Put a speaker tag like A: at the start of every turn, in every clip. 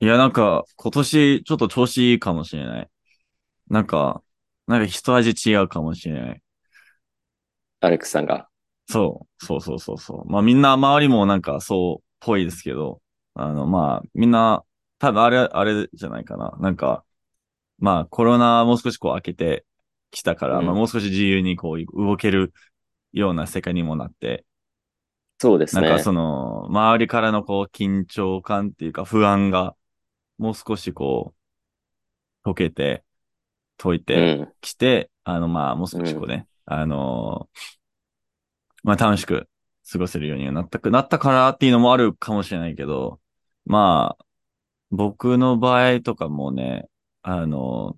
A: いや、なんか、今年ちょっと調子いいかもしれない。なんか、なんか一味違うかもしれない。
B: アレックスさんが。
A: そう、そうそうそうそう。まあみんな周りもなんかそうっぽいですけど、あのまあみんな多分あれ、あれじゃないかな。なんか、まあコロナもう少しこう開けてきたから、
B: うん
A: まあもう少し自由にこう動けるような世界にもなって、
B: そうです
A: なん
B: ね
A: か。その周りからのこう緊張感っていうか不安がもう少しこう解けて、解いうて、
B: ん。
A: 来て、あの、まあ、もう少しこうね、あのーまあ、楽しく過ごせるようになったく、なったからっていうのもあるかもしれないけど、まあ、僕の場合とかもね、あの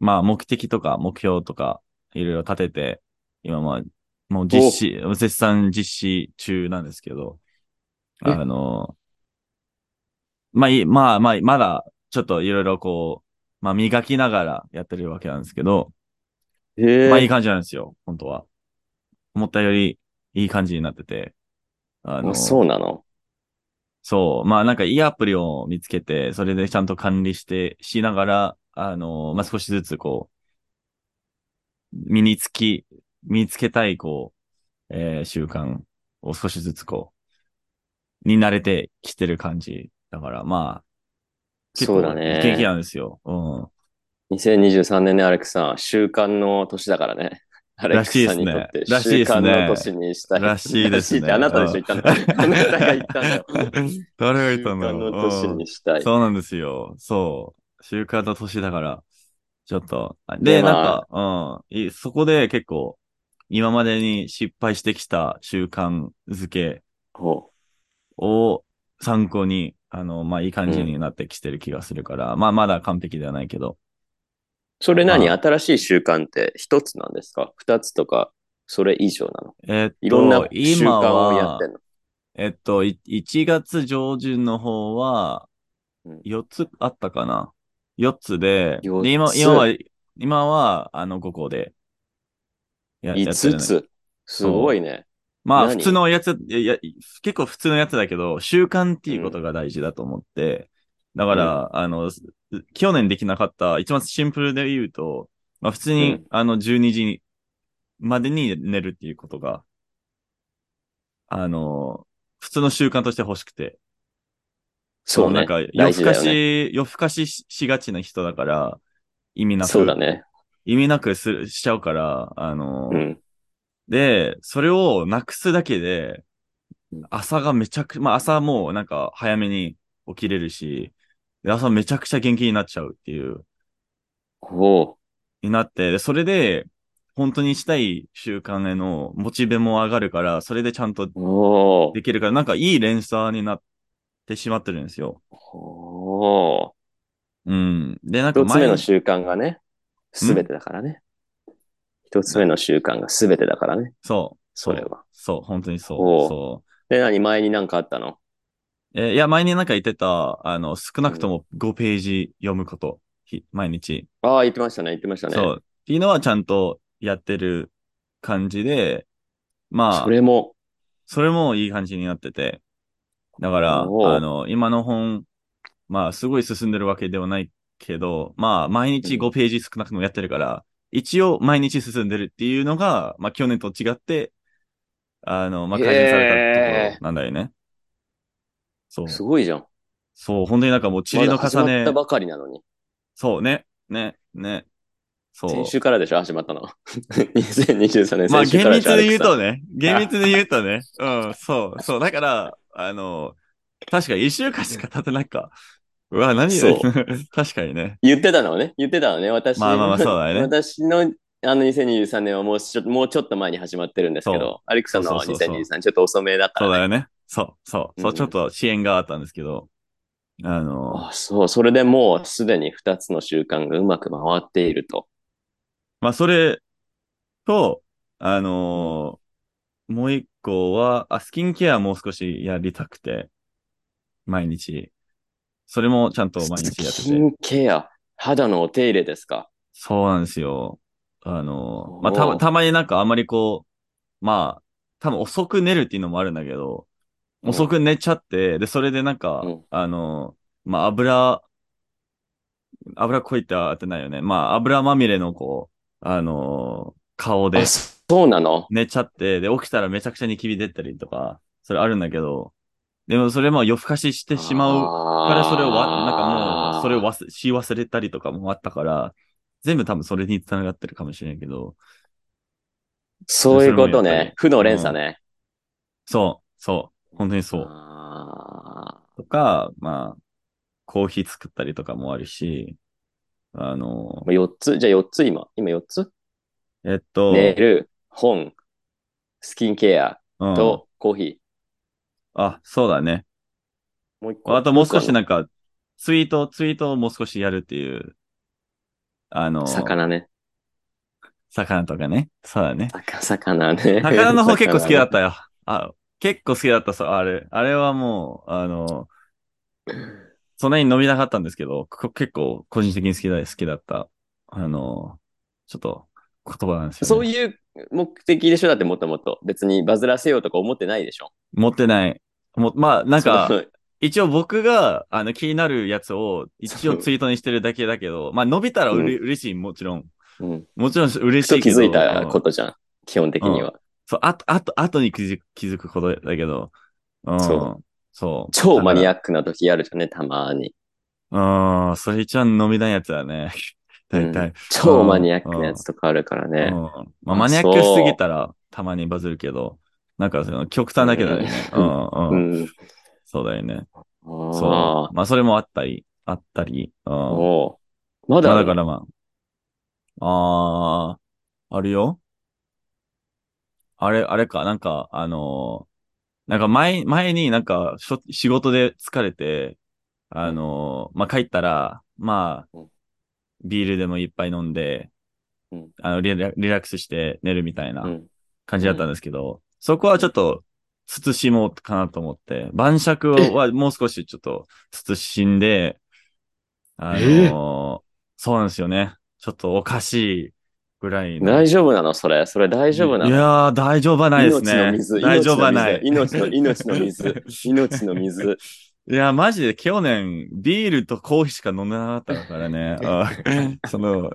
A: ーまあ、目的とか目標とか、いろいろ立てて、今まあ、もう実施、絶賛実施中なんですけど、
B: え
A: あのーまあ、いまあ、まあ、まだ、ちょっといろいろこう、まあ、磨きながらやってるわけなんですけど、
B: へえ。
A: まあ、いい感じなんですよ、本当は。思ったよりいい感じになってて。あ
B: あそうなの
A: そう。まあなんかいいアプリを見つけて、それでちゃんと管理して、しながら、あの、まあ、少しずつこう、身につき、身につけたい、こう、えー習慣を少しずつこう、に慣れてきてる感じ。だからまあ、結
B: そ
A: 構
B: うだね
A: いい経験なんですよ。うん。
B: 2023年ね、アレックスさん、習慣の年だか らね。アレックスさんにとって、習
A: らしいです
B: 慣
A: ね
B: の年にしたい。
A: らしいですね
B: らしってあなたでしょ、言ったの。あなたが言ったのよ。
A: 誰が言ったんだろ
B: 習慣
A: う
B: の年
A: うん
B: にしたい。
A: そうなんですよ。そう。習慣と年だから、ちょっと。
B: で
A: で、
B: ま
A: なんか、うんい。そこで結構、今までに失敗してきた習慣づけ
B: ほ
A: を参考に、あの、まあ、いい感じになってきてる気がするから、まあ、まだ完璧ではないけど、
B: うそれ何
A: ま
B: 新しい習慣って一つなんですか二つとか、それ以上なの
A: えっと、
B: いろんな習
A: 今
B: 慣をやっ
A: は
B: て、んの
A: えっと、い1月上旬の方は
B: うん、
A: 4つあったかな。4つで、
B: 四つ
A: で今今は、今は、あの、5個でや、やってる
B: 五
A: ね
B: つ。すごいね。
A: まあ、
B: 何
A: 普通のやつ、いや、結構普通のやつだけど、習慣っていうことが大事だと思って、だから、あの、す去年できなかった、一番シンプルで言うと、まあ、普通に、
B: うん
A: あの、12時までに寝るっていうことが、あの、普通の習慣として欲しくて、
B: そう
A: な
B: ね
A: んか、。夜更
B: 大事
A: か
B: だよね。
A: し、夜更かしししがちな人だから、意味なく、
B: そうだね。
A: 意味なくするしちゃうから、あの、
B: うん。
A: で、それをなくすだけで
B: うん、
A: 朝がめちゃくまあ朝もうなんか早めに起きれるし、で朝めちゃくちゃ元気になっちゃうっていう、
B: おう。
A: になって、でそれで、本当にしたい習慣へのモチベも上がるから、それでちゃんと
B: おう
A: できるから、なんかいい連鎖になってしまってるんですよ。
B: おう。
A: うん。で、なんか
B: 一つ目
A: 前
B: の習慣がね、すべてだからね。一つ目の習慣がすべてだからね、
A: そう、
B: それは。
A: そう、本当にそう、
B: おう
A: そう。
B: で、何前に何かあったの
A: えーいや、前になんか言ってた、あの、少なくとも5ページ読むこと、ひ毎日。
B: ああ、言ってましたね、言ってましたね。
A: そう。っていうのはちゃんとやってる感じで、まあ、
B: それも、
A: それもいい感じになってて。だから、あ
B: おー
A: の、今の本、まあ、すごい進んでるわけではないけど、まあ、毎日
B: うん
A: 5ページ少なくともやってるから、一応毎日進んでるっていうのが、まあ、去年と違って、あの、まあ、改善されたところなんだよね。そう。
B: すごいじゃん。
A: そう、本当になんかもう塵の
B: ま
A: 重
B: だ始ま
A: ね
B: った。ばかりなのに。
A: そうね、ね、ね。そう
B: 先。週からでしょ、始まったの。2023年、
A: まあ
B: 先週
A: 厳
B: から
A: 密
B: しょ
A: で言う、
B: アレ
A: と
B: ク
A: ね、厳密で言うと ね、うん、そう、そう、だから、あの、確か一週間しか経ってないか。うわ、何
B: そう
A: 確かにね。
B: サ言ってたのね、言ってたのね、私。
A: まあまあまあそうだね
B: 私の、あの2023年はもうちょもうちょっと前に始まってるんですけ
A: そ
B: ど、アレックスさんの
A: そうそうそうそう
B: 2023ちょっと遅めだか
A: そう
B: ら
A: だ
B: ね。
A: よね。そう、そう、そうう、
B: ん
A: ちょっと支援があったんですけど、あの、
B: あそう、それでもうすでに2つの習慣がうまく回っていると。
A: まあ、それと、あの、もう一個は、あ、スキンケアもう少しやりたくて、毎日。それもちゃんと毎
B: ス
A: 日やって
B: キ
A: て。
B: ンケア、肌のお手入れですか。
A: そうなんですよ。あの
B: お、ー
A: まあ、たま、たまになんかあまりこう、まあ、多分遅く寝るっていうのもあるんだけど、
B: うん
A: 遅く寝ちゃって、で、それでなんか、
B: うん
A: あの、まあ、油、油こいたってないよね。まあ、油まみれのこう、あのー顔で
B: あ、そうなの
A: 寝ちゃって、で、起きたらめちゃくちゃニキビ出たりとか、それあるんだけど、でもそれも夜更かししてしまう
B: う
A: から、それをわ、なんかもう、それを忘れし忘れたりとかもあったから、全部多分それに繋がってるかもしれないけど、
B: そういうこと
A: それもやっぱ
B: ね
A: り。
B: 負の連鎖ね。
A: そう、そう、本当にそう。
B: あ
A: とか、まあ、コーヒー作ったりとかもあるし、あの
B: ー。、4つ、じゃあ4つ今。今4つ
A: えっと、
B: 寝る、本、スキンケア
A: うん、
B: とコーヒー。
A: あ、そうだね。
B: もう一個。
A: あともう少し
B: な
A: なんか、ツイート、ツイートをもう少しやるっていう、あの、
B: 魚ね。
A: 魚とかね。そうだね。
B: 魚魚ね。
A: 魚の方結構好きだ
B: っ
A: ったよ。あ、結構好きだった、そう、あれ。あれはもう、あの、そんなに飲みなかったんですけど、こ結構個人的に好きだ、好きだった。あの、ちょっと言葉なんですよ、ね。
B: そういう目的でしょだってもともと。別にバズらせようとか思ってないでしょ
A: 持ってない。もまあ、なんか
B: そ、の
A: 一応僕が、あの、気になるやつを、一応ツイートにしてるだけだけど、まあ、伸びたらうれ、嬉しい、もちろん。
B: うん。
A: もちろん嬉
B: ふと
A: しい
B: 気
A: けど。
B: づいた
A: うん
B: ことじゃん。基本的には。
A: そう、あと、あと、あとに気づく、気づくことだけど。うん。
B: そ
A: そう。
B: 超マニ
A: ア
B: アックな時あるじゃんね、たまに。
A: うん、それ一番飲みないやつだね。大体。
B: 超マニアックなやつとかあるから
A: うん。
B: ね。
A: まあ、マニアックすぎたら、たまにバズるけど、なんかその、極端だけだよね。う、
B: うんう
A: うん。
B: ん。
A: そうだよね。
B: あ
A: そ
B: あ
A: う。。まあ、それもあったり、あったり。うん。
B: おうま
A: ま
B: だ
A: あ
B: あ
A: だ
B: る
A: からまあ。ああ、あるよ。あれ、あれか、なんか、あのーなんか前、前になんかしょ、仕事で疲れて、あのーまあ、帰ったら、まあ
B: うん、
A: ビールでもいっぱい飲んで
B: うん、
A: あのリラ、リラックスして寝るみたいな
B: うん
A: 感じだったんですけど、そこはちょっと、慎もうかなと思って、晩酌はもう少しちょっと、慎んで、あの
B: え
A: ーそうなんですよね。ちょっとおかしいぐらいの。
B: 大丈夫なのそれ。それ大丈夫ないの
A: やー、大丈夫はないですね。
B: 命の水。
A: 大丈夫はない。
B: 命の水命の 水。命の水。
A: いや、マジで去年、ビールとコーヒーしか飲んでなかったからね。あ その、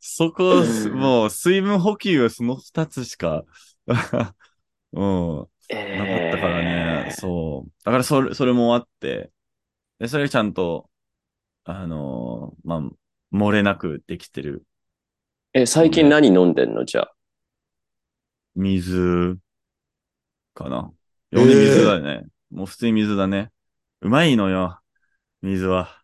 A: そこ、もう、水分補給はその二つしか、 うん、なかったからね。
B: えー
A: そう。だからそれ、それもあって、で、それちゃんと、あのーまあ、漏れなくできてる。
B: え、最近何飲んでんのじゃあ。
A: 水、かな。
B: え
A: よ
B: ー
A: り水だね。もう普通に水だね。うまいのよ。水は。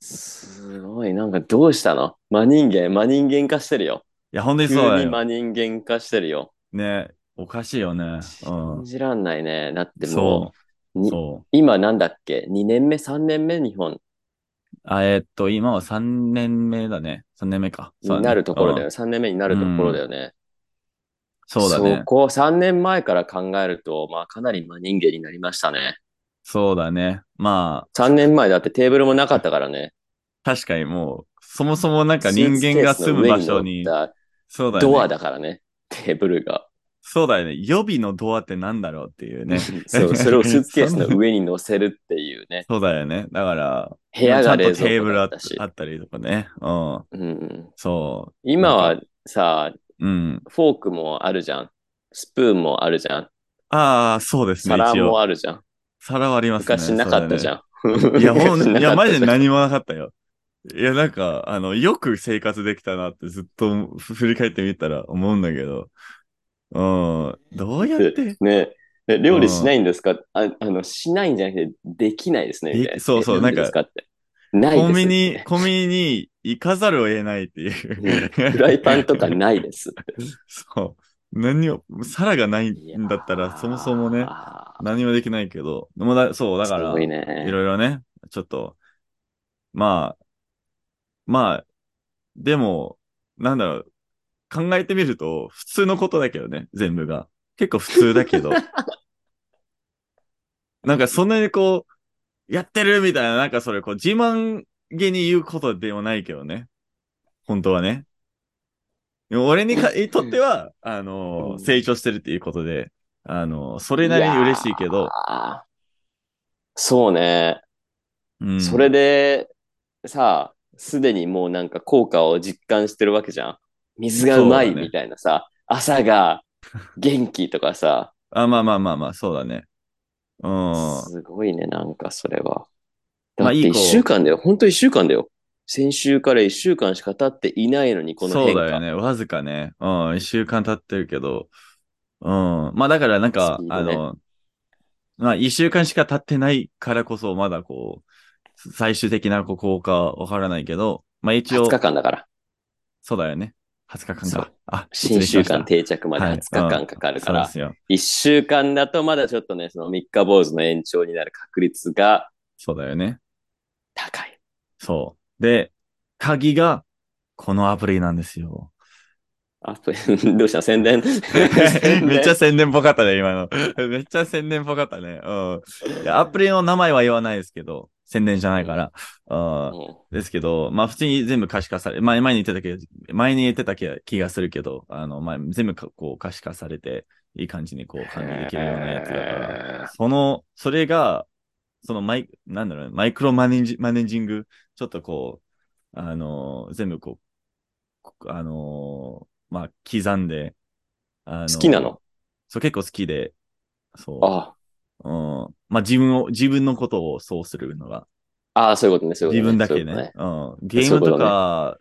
B: すごい。なんかどうしたの真人間、真人間化してるよ。
A: いや、ほんとに
B: 急
A: そうだ
B: に
A: よ。
B: 真人間化してるよ。
A: ね。おかしいよね。
B: 信
A: う
B: じらんないね。だって
A: ん。
B: も、
A: そうう。
B: に
A: そう。
B: 今なんだっけ ?2 年目、3年目、日本
A: あ、えーっと、今は3年目だね。3年目か。そうだ
B: に
A: ね
B: なるところだ
A: う
B: よ。
A: ん
B: 3年目になるところだよね。
A: そうだね
B: そ。こ3年前から考えると、まあかなり真人間になりましたね。
A: そうだね。まあ、
B: 3年前だってテーブルもなかったからね。
A: 確かにもう、そもそもなんか人間が住む場所に
B: ス、ーツケ
A: そ
B: ースの上に乗っ
A: うだ
B: た
A: よね。
B: ドアだからね。テーブルが。
A: そうだよね。予備のドアってなんだろうっていうね。
B: そう、それをスーツケースの上に乗せるっていう ね。
A: そうだよね。だから、
B: 部屋
A: ちゃ
B: が
A: んと
B: 冷
A: テ
B: 蔵
A: ー
B: 庫
A: ブル
B: だ
A: あ
B: っ
A: った
B: し
A: あ。ったりとかね。うん。
B: うん、
A: そ
B: 今はさ、
A: う。うん。
B: フォークもあるじゃん。スプーンもあるじゃん。
A: ああ、そうですね。
B: 皿
A: 一
B: も
A: 応。
B: あるじゃん。
A: 皿はありますね。
B: 昔なかったじ
A: ん。
B: ゃん。
A: いや、ほん、
B: 昔
A: い
B: なか
A: や、
B: った
A: マ
B: じゃ
A: ジ
B: ん
A: で何もなかったよ。いや、なんか、あの、よく生活できたなってずっとふ 振り返ってみたら思うんだけど。うん。どうやって
B: ねね料理しないんですか、ああの、しないんじゃなくて、できないですね、みたいな。
A: でそうそう
B: え
A: なんか
B: ですかって。ないです。
A: コンビニ、コンビニに行かざるを得ないっていう。
B: フライパンとかないです。
A: そう。何を、皿がないんだったら、そもそもね、何もできないけど、でもだそう、だ
B: だ
A: か
B: か。
A: らら、
B: すごい
A: い
B: ね。
A: ろいろね、ちょっと、まあ、まあ、でも、なんだろう、考えてみると、普通のことだけどね、全部が。結構普通だ けど。なんかそんなにこう、やってるみたいな、なんかそれこう、自慢げに言うことでもないけどね。本当はね。でも俺にかにとっては、あの
B: うん
A: ー、成長してるっていうことで、あのー、それなりに嬉しいけど、
B: あーそうね。
A: うん。
B: それで、さ、すでにもうなんか効果を実感してるわけじゃん。水がうま
A: そう
B: い
A: だね
B: みたいなさ、朝が元気とかさ、
A: あ、まあまあまあまあ、そうだね。うん。
B: すごいね、なんかそれは。だ
A: ま
B: っ
A: あ
B: て
A: いい
B: 一
A: 子
B: 週間だよ、本当一週間だよ。先週から一週間しか経っていないのに、この
A: そう
B: 変化。
A: だよね。わずかね。うん。一週間経ってるけど。うん。まあだからなんか、
B: スピ
A: あ
B: ードね
A: の、まあ一週間しか経ってないからこそ、まだこう、最終的なこう効果はわからないけど、まあ一応
B: 20日、間だから、
A: そうだよね。20日間
B: そ
A: か。あ、
B: 新習慣
A: 定
B: 定着まで20日間かかるか
A: そう
B: ら、
A: ですよ。
B: 一週間だとまだちょっとね、その三日坊主の延長になる確率が
A: そうだよね。
B: 高い。
A: そう。で、鍵が、このアプリなんですよ。
B: あ、どうした宣伝
A: めっちゃ宣伝っぽかったね、今の。 めっちゃ宣伝っぽかったね。うんいや。アプリの名前は言わないですけど、宣伝じゃないから。うん
B: うん
A: ですけど、まあ普通に全部可視化され、前前に言ってたけど、前に言ってたけ気がするけど、あの、まあ全部かこう可視化されて、いい感じにこう管理できるようなやつだから。
B: ら。
A: その、それが、そのマイ、なんだろうね、マイクロマネジマネジング、ちょっとこう、あのー全部こうこ、あのーまあ、刻んで、あのー
B: 好きなの
A: そう、結構好きで、そ
B: あ
A: う、うん、まあ、自分を、自分のことをそうするのが、
B: あ、あそういうことね、そうい
A: 自
B: うこと
A: 分
B: ね。
A: だけね
B: そういうこ
A: うん。ゲームとか、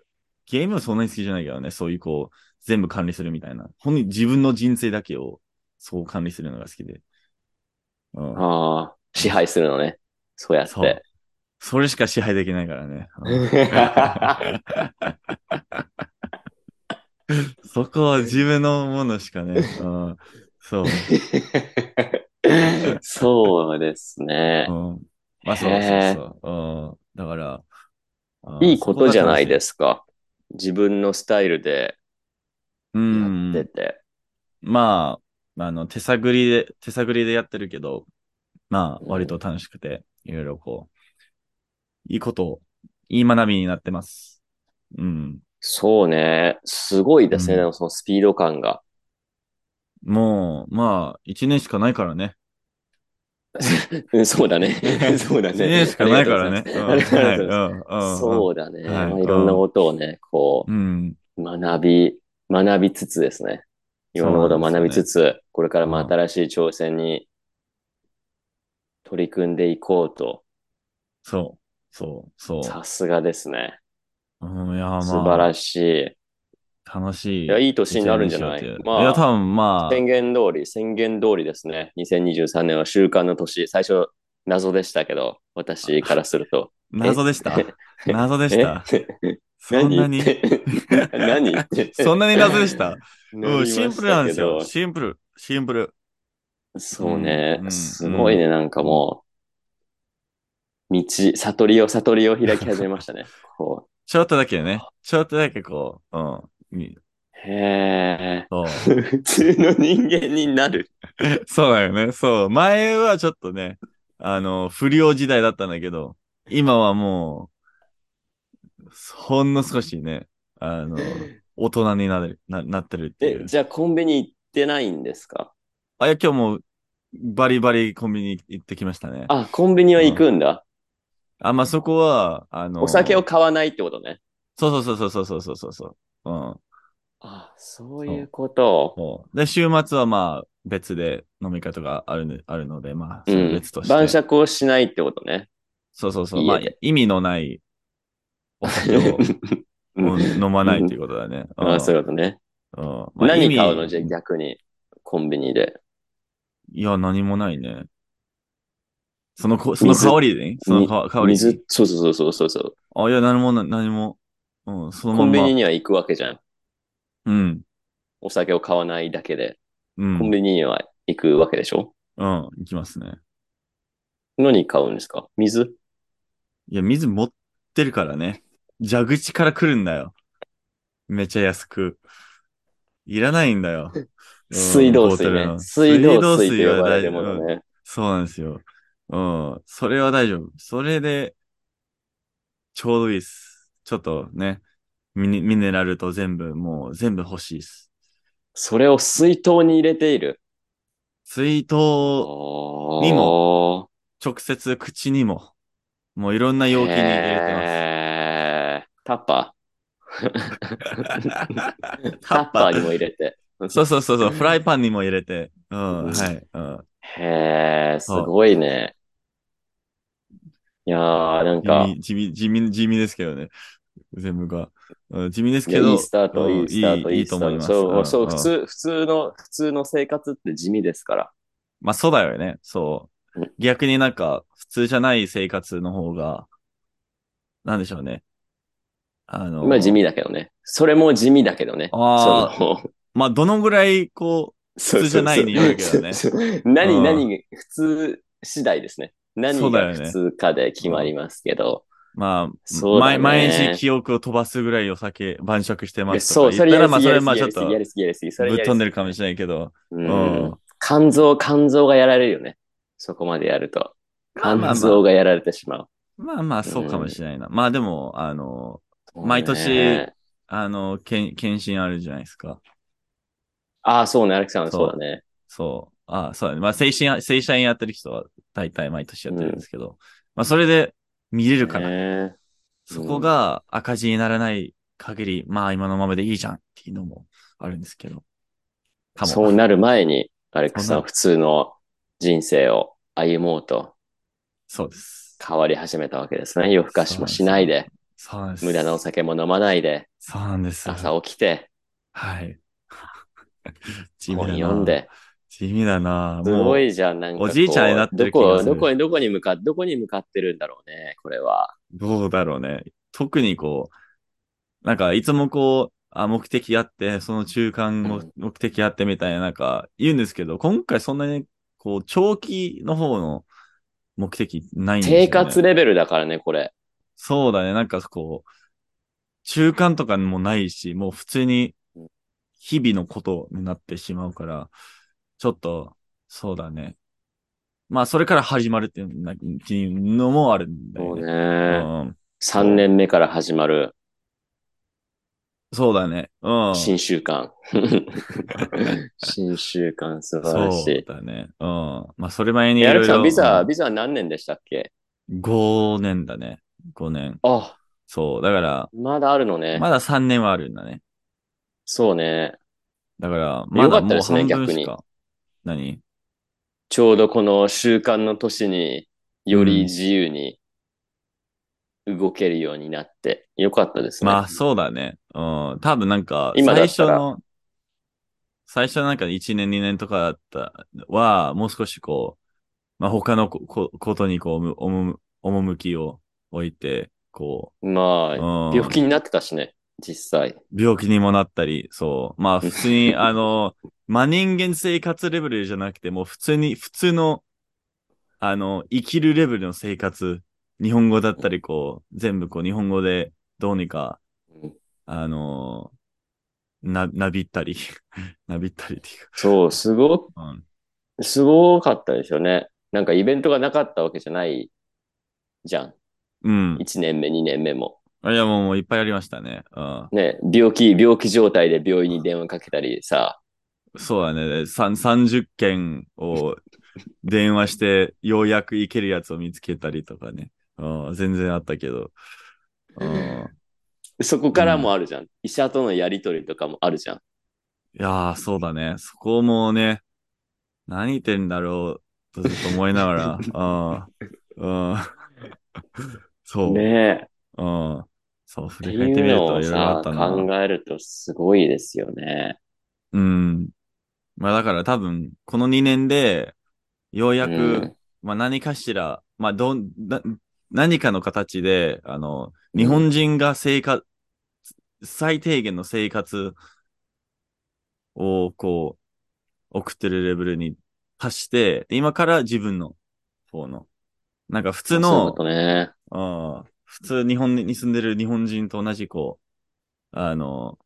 A: ゲームはそんなに好きじゃないけどね、そういうこう、全部管理するみたいな。本に自分の人生だけを、そう管理するのが好きで。うん
B: とね。ああ、支配するのね。そうやっ
A: そう
B: て。
A: それしか支配できないからね。そこは自分のものしかね。うん、 そう、
B: そうですね
A: う。ん。まあそう
B: へえ
A: そうそう。うん、だから、あ。
B: いいことじゃないですすか。自分のスタイルで
A: う
B: や
A: ん
B: って。て。
A: まあ、あの、手探りで、手探りでやってるけど、まあ、
B: うん
A: 割と楽しくて、いろいろこう、いいこと、いい学びになってます。うん。
B: そうね。すごいですね。
A: うん
B: でもそのスピード感が。
A: もう、まあ、一年しかないからね。。
B: うんそうだね そうだ
A: 一
B: ね。
A: 年しかないからね。
B: ありがとうございますありがとうございます
A: うん
B: そうだね。
A: はい
B: まあ、いろんなことをね、こ
A: うん。
B: う、学び、学びつつですね。いろんなことを学びつつ、これからも
A: うん
B: 新しい挑戦に取り組んでいこうと。
A: そう。そう。そう。
B: さすがですね。
A: うん、いや、まあ、
B: 素晴らしい。
A: 楽しい。
B: いやいい年になるんじゃない
A: 一年にしようってう
B: まあ
A: いや、多分ま
B: 宣言通り、宣言通りですね。2023年は習慣の年。最初、謎でしたけど、私からすると。
A: あ、謎でした。謎でした。
B: え
A: そんなに、
B: 何
A: そんなに謎で した。
B: なり
A: う
B: ま
A: ん、
B: したけ
A: シ
B: ど
A: ンプルなんですよ。シンプル。シンプル。
B: そうね
A: う。ん
B: すごいね、なんかもう、道、悟りを、悟りを開き始めました ね。こ
A: ちょっとだけね。ちょっとだけこう、うん。に
B: うへえ。
A: そう
B: 普通の人間になる。
A: そうだよね。そう。前はちょっとね、あの、不良時代だったんだけど、今はもう、ほんの少しね、あの、大人になるななってるってい
B: え
A: う、。
B: じゃあコンビニ行ってないんですか
A: あ、いや、今日も、バリバリコンビニ行ってきましたね。あ、
B: あ、コンビニは行くんだ。
A: まあ、そこは、あの、
B: お酒を。買わないってことね。
A: そうそうそうそうそうそうそうそう。うん。
B: あ、そういうこと。
A: そうで、週末はまあ、別で飲み会とかあるねあるので、まあ、
B: う
A: それ
B: ん
A: 別として。
B: 晩酌をしないってことね。
A: そうそうそう。
B: 家
A: まあ
B: で、
A: 意味のないお酒 を。うん飲まないっていううことだね。
B: ん。あ、そう
A: う
B: いうことね。
A: ん。うんまあ
B: 何
A: 意
B: 買う
A: 味
B: のじゃあ逆に、コンビニで。
A: いや、何もないね。そのこ、その
B: 水
A: 代わりでね。そのか代わりに
B: 水。、そうそうそうそうそう。
A: あ、いや、何もな、何も。うん、そのま
B: コン
A: ん
B: ビ
A: ま。
B: ニには行くわけじゃん。
A: うん。
B: お酒を買わないだけで。
A: う
B: コン
A: ん。
B: ビニには行くわけでしょ、
A: うん、いきますね。
B: 何買うんですか水
A: いや、水持ってるからね。蛇口から来るんだよ。めちゃ安く。いらないんだよ。うん
B: 水道水
A: ボトル
B: ね。
A: の
B: 水道水
A: 水
B: と呼
A: は
B: ばれ
A: 大丈
B: るも
A: 夫。
B: のね。
A: そうなんですよ。うん。それは大丈夫。それで、ちょうどいいです。ちょっとね、ミネミネラルと全部、もう全部欲しいです。
B: それを水筒に入れている。
A: 水筒、
B: に
A: にも直接口にももういろんな容器に入れ
B: へータッパー
A: てます。
B: タッパーにも入れて。
A: そうそうそうそう、フライパンにも入れて。う、
B: うんん
A: はい。うん、
B: へえ、すごいね。いやー、なんか、
A: 地味、地味、地味、地味ですけどね。全部が。うん地味です
B: い
A: け
B: や
A: ど。
B: いいスタート、
A: うん
B: いいスタート、
A: いい
B: い
A: い
B: い
A: いと
B: スタ
A: 思い
B: ート。
A: ます。
B: そう、
A: ん
B: そう、普。
A: ん
B: 通、普通の、普通の生活って地味ですから。。
A: まあそうだよね。そううん逆になんか、普通じゃない生活の方が、なんでしょうね。あの、
B: まあ地味だけどね。それも地味だけどね。
A: あー
B: その
A: まあどのぐらい、こ
B: そう
A: 普通じゃないによるけどね
B: そうそう何、
A: うん
B: 何が、普通次第ですね。
A: そ
B: 何
A: うだよ
B: が
A: ね
B: 普通かで決まりますけど。
A: う、まあ、
B: そうだね
A: 毎毎日記憶を飛ばすぐらいお酒、晩酌して
B: いや
A: ます
B: そ
A: と
B: う、
A: か
B: そ
A: 言っ
B: れ
A: た
B: や
A: ら、
B: り
A: まあ
B: すぎ、
A: そ
B: や
A: れますあちょっ
B: りぎ、やりす
A: と
B: ぎ、やりすぎ、やりすぎ、それ
A: ぶっ
B: やりすぎ
A: 飛んでるかもしれないけど、
B: うん
A: うん
B: 肝臓、肝臓がやられるよね。そこまでやると。
A: まあまあまあ
B: 肝臓がやられてしまう。
A: まあまあそうかもしれないな。まあでも、あの、毎年
B: ね
A: あの、けん検診あるじゃないですか。
B: ああ、そうね、アレクさん、
A: そ
B: そううだね。
A: そう。あそうだね。まあ、精神や、正社員やってる人は大体毎年やってるんですけど、まあ、それで見れるから、
B: ね
A: そこが赤字にならない限り、まあ、今のままでいいじゃんっていうのもあるんですけど。かも。
B: そうなる前に、アレック
A: そ
B: ス
A: う
B: さ、
A: なん
B: 普通の人生を歩もうと
A: そうです。
B: 変わり始めたわけですね。夜更かしもしないで、
A: そうなんです。
B: 無駄なお酒も飲まないで、
A: そうなんです。
B: 朝起きて、
A: はい。地
B: 本読ん。で。
A: 地味だな。
B: す
A: も
B: ご
A: う、
B: いじゃん、なんかこう。
A: おじいちゃんになってる気
B: ど
A: が
B: こ、
A: する
B: どこに、どこに向か、どこに向かってるんだろうね、これは。
A: どうだろうね。特にこう、なんかいつもこう、あ目的あって、その中間も
B: うん
A: 目的あってみたいな、なんか言うんですけど、今回そんなに、こう、長期の方の目的ないんですよ、ね。
B: 生活レベルだからね、これ。
A: そうだね。なんかこう、中間とかもないし、もう普通に日々のことになってしまうから、ちょっと、そうだね。まあ、それから始まるっていうなっていうのもあるんだ
B: も
A: よ
B: う
A: ね。
B: ね、
A: うん、
B: 3年目から始まる
A: そうだね。うん。
B: 新習慣。 新習慣、素晴らし
A: そう
B: い。
A: だね。うん。まあ、それ前にい
B: えアレ
A: ろ
B: ク
A: い
B: さん、
A: ろ。
B: ビザ、ビザ何年でしたっけ
A: ?5 年だね。5年。
B: あ、
A: そう。だから、
B: まだあるのね。
A: まだ3年はあるんだね。
B: そうね。
A: だから、まだ
B: よかった
A: もう
B: ですね
A: 半分
B: 逆
A: し
B: に
A: か。何
B: ちょうどこの習慣の年に
A: う
B: よ
A: ん
B: り自由に動けるようになって、よかったですね。
A: まあ、そうだね。うん。多分なんか、
B: 今だ
A: 最
B: っ
A: 初
B: たら
A: の、最初のなんか1年2年とかだったは、もう少しこう、まあ他のここことにこう、むおむ、趣を置いて、こ
B: ま
A: う、う
B: あ、
A: ん。
B: 病気になってたしね、実際。
A: 病気にもなったり、そう。まあ普通に、あの、真人間生活レベルじゃなくて、もう普通に、普通の、あの、生きるレベルの生活、日本語だったり、こう、全部こう、日本語でどうにか、あの、な、なびったり、 なびったりっていう
B: そう、すご
A: か、うん、
B: く、すごかったですよね。なんかイベントがなかったわけじゃないじゃん。
A: うん。
B: 1年目、2年目も。
A: あいや、もうもういっぱいありましたね。うん。
B: ね、病気、病気状態で病院に電話かけたりさ、
A: そうだね。さん30件を電話して、ようやく行けるやつを見つけたりとかね。うん、全然あったけど。うん、
B: そこからもあるじゃん。医者とのやりとりとかもあるじゃん。
A: いやー、そうだね。そこもね、何言ってんだろうとずっと思いな がら。うん。うん、そう、
B: ねえ。
A: うん。そう、振
B: って
A: り
B: い
A: 返ってみる
B: うの
A: と
B: を
A: いろいろあ
B: さ
A: っ、たな。
B: 考えるとすごいですよね。
A: うん。まあだから多分、この2年で、ようやく、
B: うん
A: まあ何かしら、まあどん、な何かの形で、あの、日本人が生活、最低限の生活をこう、送ってるレベルに達して、で今から自分の方の、なんか普通
B: そういう
A: の
B: こ、とね。
A: ああ、普通日本に住んでる日本人と同じこう、あの、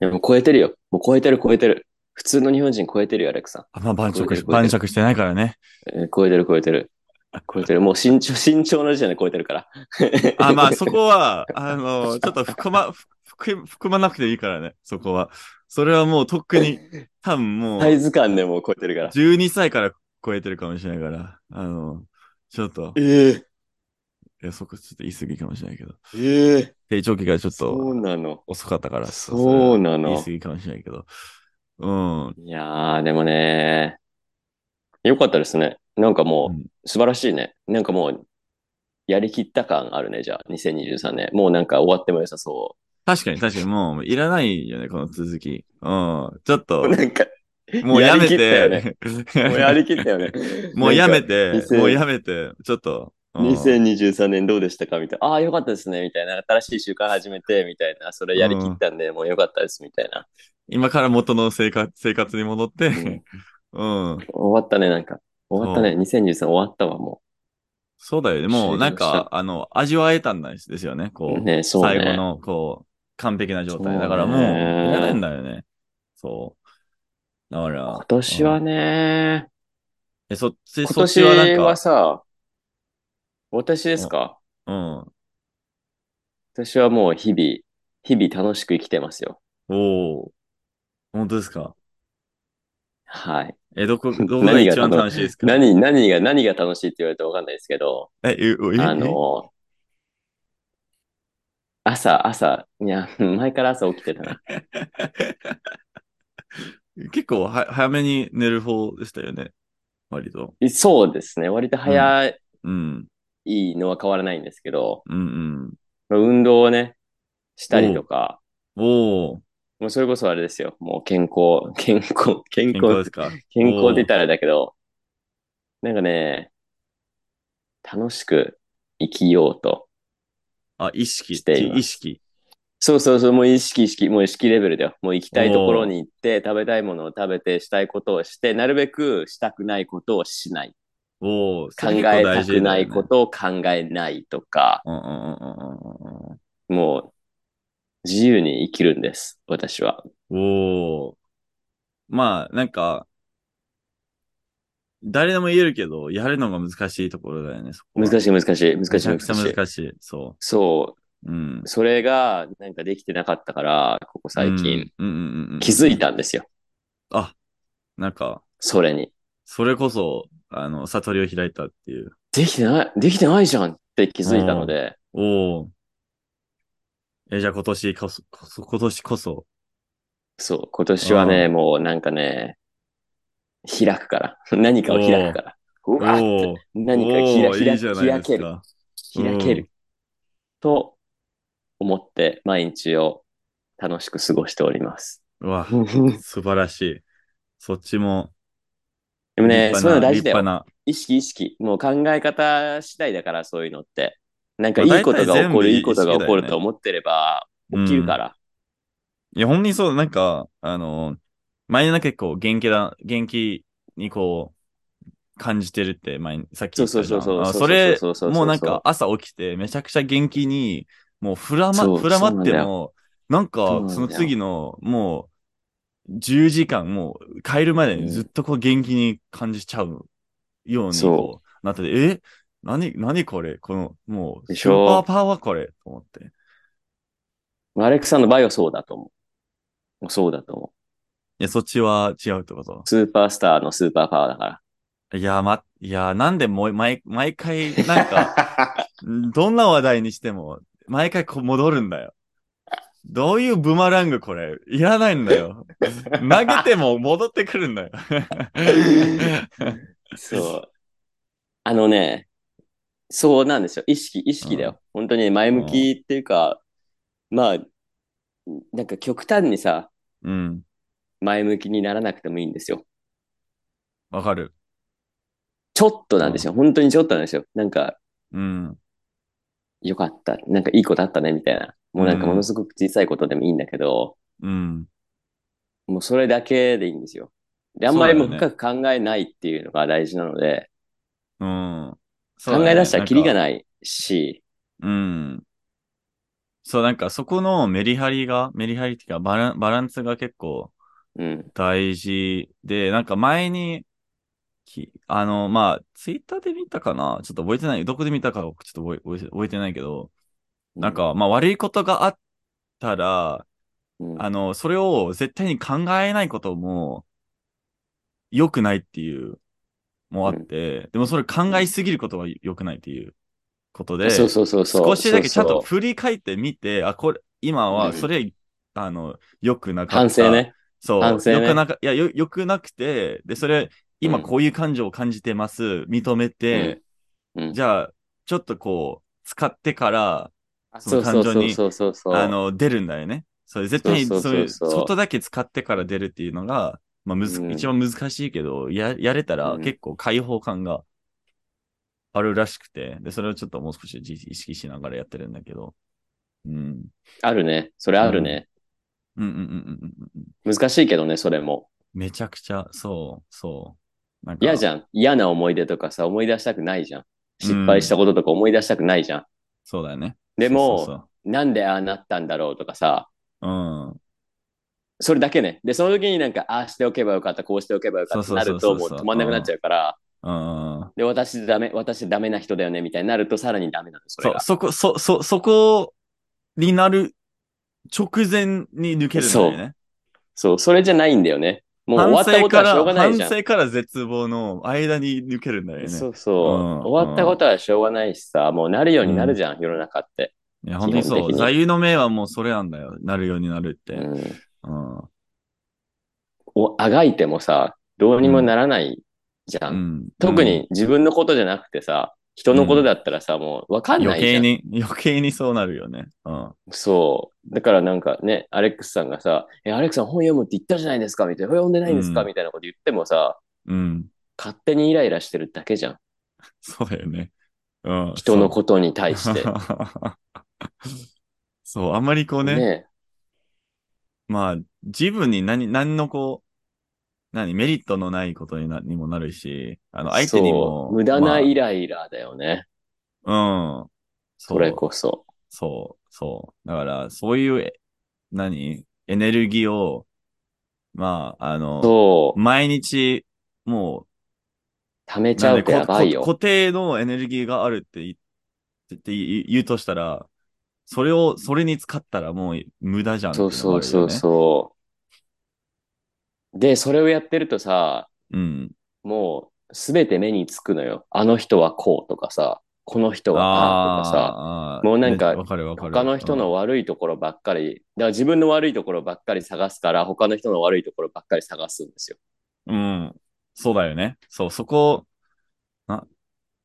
B: でも超えてるよ。もう超えてる超えてる。普通の日本人超えてるよ、アレクさ
A: あんま晩
B: 超え
A: 酌
B: てる
A: し、
B: 超えてる
A: 晩酌してないからね。
B: ん。えー超えてる超えてる。超えてる。もう身長、 身長の時点で超えてるから。
A: あ、まあそこは、あの、ちょっと含ま、含含まなくていいからね、そこは。それはもうとっくに、多分もう、
B: サイズ感でもう超えてるから。
A: 12歳から超えてるかもしれないから、あの、ちょっと、
B: ええ
A: 予測ちょっと言い過ぎかもしれないけど、
B: ええ
A: 成長期がちょっ
B: そ
A: と
B: うなの。
A: 遅かったから、ちょっと
B: そう
A: れ
B: な
A: 言い
B: の
A: 過。ぎかもしれないけど、うん、
B: いやー、でもね、よかったですね。なんかも
A: うん
B: う、素晴らしいね。なんかもう、やりきった感あるね、じゃあ、2023年。もうなんか終わっても良さそ
A: 確かに確かにもういらないよね、この続き。うん、ちょっと
B: う。、なんか、
A: もうやめ
B: や
A: て、。
B: もうやりきったよね
A: もうやめ
B: て。
A: て、
B: 2000
A: もうやめて、ちょっと。うん
B: 2023年どうでしたかみたいな。ああ、よかったですね。みたいな。新しい習慣始めて、みたいな。それやりきったんで、もうよかったです。みたいな。
A: 今から元の生 活生活に戻って、
B: う
A: う
B: ん
A: ん、
B: 終わったね、なんか。終わったね。2023終わったわ、も
A: そうだよね。もう
B: 終了
A: なん
B: し
A: か、あの、味わえたんですよね。こう、
B: う。ね、そう
A: 最後
B: ね。
A: の、こう、完璧な状
B: そう
A: 態。
B: ね
A: だからもう、いらないんだよね。そう。だから、
B: 今年は
A: うん
B: ね、
A: え、そっち、
B: 今
A: そっちはなん
B: 年は
A: か、
B: さ、私ですか
A: うん。
B: 私はもう日々、日々楽しく生きてますよ。
A: おー本当ですか
B: はい。
A: え、ど こ、どこが一番楽しいですか
B: 何、何が、何が楽しいって言われてわかんないですけど、
A: え、え、え、
B: あの、朝、朝、いや、 前から朝起きてたな。
A: え 結構は早めに寝る方でしたよね。割と。
B: そうですね。割と早
A: うん。
B: いのは変わらないんですけど、
A: うんうん。
B: 運動をね、したりとか、
A: おー
B: もうそれこそあれですよ。もう健康、 健康、
A: 健
B: 健
A: 康で
B: 康
A: す、か
B: 健康って言ったらあれだけど、なんかね、楽しく生きようと。
A: あ、意識。
B: しています
A: 意識。
B: そうそうそう、もう意識意識、もう意識レベルだよ。もう行きたいところに行って、食べたいものを食べて、したいことをして、なるべくしたくないことをしない。
A: おー
B: 考えたくないこ。
A: それ結構大事だよね
B: とを考えないとか、
A: うんうんうんうんうんうん
B: もう自由に生きるんです、私は。
A: おお。まあ、なんか、誰でも言えるけど、やるのが難しいところだよね、そこは。
B: 難しい難しい、難しい難
A: めちゃくち
B: し
A: ゃ
B: い。
A: 難しい。そ。
B: そう
A: うん
B: う、。それがなんかできてなかったから、ここ最近
A: うん。うんうんうんうん。
B: 気づいたんですよ、
A: あ、なんか、
B: それに。
A: それこそ、あの、悟りを開いたっていう。
B: できてない、できてないじゃんって気づいたので、
A: おお。え、じゃあ今年こそ、こそ今年こそ。
B: そう、今年はね、
A: う
B: もうなんかね、開くから。 何かを開くから。う
A: お
B: わーって
A: お。
B: 何か
A: おお
B: 開
A: いい
B: 開
A: じゃない
B: 開
A: です
B: ける、
A: か。
B: 開け
A: うん
B: る。と思って、毎日を楽しく過ごしてお ります。
A: うわ、
B: で
A: 素晴らしい。そっちも。
B: もね、
A: 立
B: そうい
A: 派
B: うの
A: な
B: 大事だ
A: 立
B: よ。
A: 派
B: 意識意識。もう考え方次第だから、そういうのって。なんかい
A: まあ
B: いことが起こ
A: 大体全部
B: る、いいことが起こ
A: 意識だよ
B: る
A: ね
B: と思ってれば、
A: な
B: 起きるから。
A: いや、ほんにそう、なんか、あの、前の結構元気だ、元気にこう、感じてるって前に、さっき言ったじゃん
B: そうそうそうそう
A: あそれ
B: そうそうそうそうそう
A: もうなんか朝起きて、めちゃくちゃ元気に、もうふら
B: そ
A: ま、
B: う
A: ふらまって
B: そうなんだ
A: も、なん
B: そう
A: か
B: なんだよ
A: その次の、もう、10時間、もう帰るまでにずっとこう元気に感じちゃうように
B: そう
A: こう、なってて、え何、何これこの、もう、
B: で
A: ス
B: し
A: ー
B: ょ
A: パーパワーこれと思って。
B: アレックさんの場合はそうだと思う。そうだと思う。
A: いや、そっちは違うってこと
B: スーパースターのスーパーパワーだか
A: いや、ま、いや、なんでもう、毎、毎回、
B: ら。
A: なんか、
B: か、
A: どんな話題にしても、毎回こう戻るんだよ。どういうブーマラングこれ、いらないんだよ。投げても戻ってくるんだよ。
B: そう。あのね、そうなんですよ。意識、意識だよ。本当に前向きっていうか、まあ、なんか極端にさ、
A: うん、
B: 前向きにならなくてもいいんですよ。
A: わかる。
B: ちょっとなんですよ。本当にちょっとなんですよ。なんか、
A: うん、
B: よかった。なんかいいことあったね、みたいな。もうなんかものすごく小さいことでもいいんだけど、
A: うん、
B: もうそれだけでいいんですよ。で、あんまりもう
A: そうだよ
B: 深く考えないっていうのが大事なので、
A: うん。そうだね
B: 考え出したらキリが
A: なんか
B: ないし、
A: うん。そう、なんかそこのメリハリが、メリハリっていうかバラン、バランスが結構、
B: うん。
A: 大事で、なんか前に、きあの、まあ、ツイッターで見たかなちょっと覚えてない。どこで見たかちょっと覚え覚えて覚えてないけど、なん、か、まあ悪いことがあったら、
B: うん、
A: あの、それを絶対に考えないことも良くないっていう、もあって、でもそれ考えすぎることが良くないっていうことで、
B: そうそうそうそう。
A: 少しだけちゃん
B: そ
A: と
B: うそ
A: 振
B: う
A: り返ってみて、あ、これ、今はそれ、あの、良くなかった。
B: 反省ね。
A: そう。
B: 反省ね
A: 良くなか、いや、よ、良くなくて、で、それ、今
B: うん
A: こういう感情を感じてます。認めて、
B: うんうん
A: じゃあ、ちょっとこう、使ってから、
B: あ
A: そ
B: そ
A: の
B: うそ
A: 感
B: う
A: 情
B: そう
A: に
B: そうそうそう。
A: あの、出るんだよね。それ絶対に、
B: そうそう
A: そう
B: そう
A: い
B: そう
A: う、ちょっとだけ使ってから出るっていうのが、まあ、むず、
B: うん
A: 一番難しいけど、や、やれたら
B: うん
A: 結構解放感があるらしくて、で、それをちょっともう少し意識意識しながらやってるんだけど、うん。
B: あるね。それあるね。
A: うんうんうんうんうんうん。
B: 難しいけどね、それも。
A: めちゃくちゃ、そう、そう。なんか
B: 嫌じゃん。嫌な思い出とかさ、思い出したくないじゃん。失敗したこととか思い出したくないじゃん。
A: そうだよね。
B: でも
A: そうそう
B: なんでああなったんだろうとかさ、
A: そううん。
B: それだけね。で、その時になんか、ああしておけばよかった、こうしておけばよかったってなる
A: そうそ
B: と、も
A: う
B: う
A: そうそう
B: 止まんなくなっちゃうから、
A: うん。
B: で、私ダメ、私ダメな人だよね、みたいになると、さらにダメなの、そ
A: そ
B: れ
A: う
B: が。、
A: そこ、そ、そ、そこになる直前に抜けるんだよね。
B: そう、それじゃないんだよね。もう終
A: 反
B: わった
A: 省
B: こと
A: か
B: はしょう
A: ら、
B: がない
A: 反
B: じゃん。
A: 省から絶望の間に抜けるんだよね。
B: そうそう、
A: うん
B: 終わったことはしょうがないしさ、もうなるようになるじゃん、世の中って。
A: いや、本当
B: 基
A: そ
B: 本
A: う。
B: 的に
A: 座右の銘はもうそれなんだよ。なるようになるって。
B: うん
A: うん。
B: おあがいてもさ、どうにもならないじゃ。
A: うんん。
B: 特に自分のことじゃなくてさ、人のことだったらさ、もうわか
A: うんん
B: ない
A: 余
B: じ
A: 計
B: ゃん。
A: に、余計にそうなるよね。うん。
B: そう。だからなんかね、アレックスさんがさ、え、アレックスさん本読むって言ったじゃないですかみたいな、本読んでないんですか、
A: うん
B: みたいなこと言ってもさ、
A: うん。
B: 勝手にイライラしてるだけじゃん。
A: そうだよね。うん。
B: 人の
A: と
B: ことに対して。
A: そう、あんまりこ うね、
B: ね。
A: まあ、自分に何、何のこう、何、メリットのないことになにもなるし、あの、相手にも
B: そ。う無駄なイ
A: ま
B: ライラだよね。
A: あうん。そ
B: それ
A: う、
B: こそ。
A: そう、そう。だから、そういう、え何、エネルギーを、まあ、あの、
B: そう。
A: 毎日、も
B: 溜め
A: う、
B: ちゃうって
A: なんで
B: や
A: こ
B: ばい
A: こ
B: よ。
A: 固定のエネルギーがあるって言ってって言言うとしたら、それを、それに使ったらもう無駄じゃんってい
B: そうう
A: のが
B: そ
A: あるよ
B: う
A: ね。
B: そうそう。で、それをやってるとさ、
A: うん。
B: もうすべて目につくのよ。あの人はこうとかさ、この人はああとかさ、
A: あーあー
B: もうなんか
A: ねわかるわかる。
B: 他の人の悪いところばっかり、だから自分の悪いところばっかり探すから、他の人の悪いところばっかり探すんですよ。
A: うん。そうだよね。そう、そこ、あ、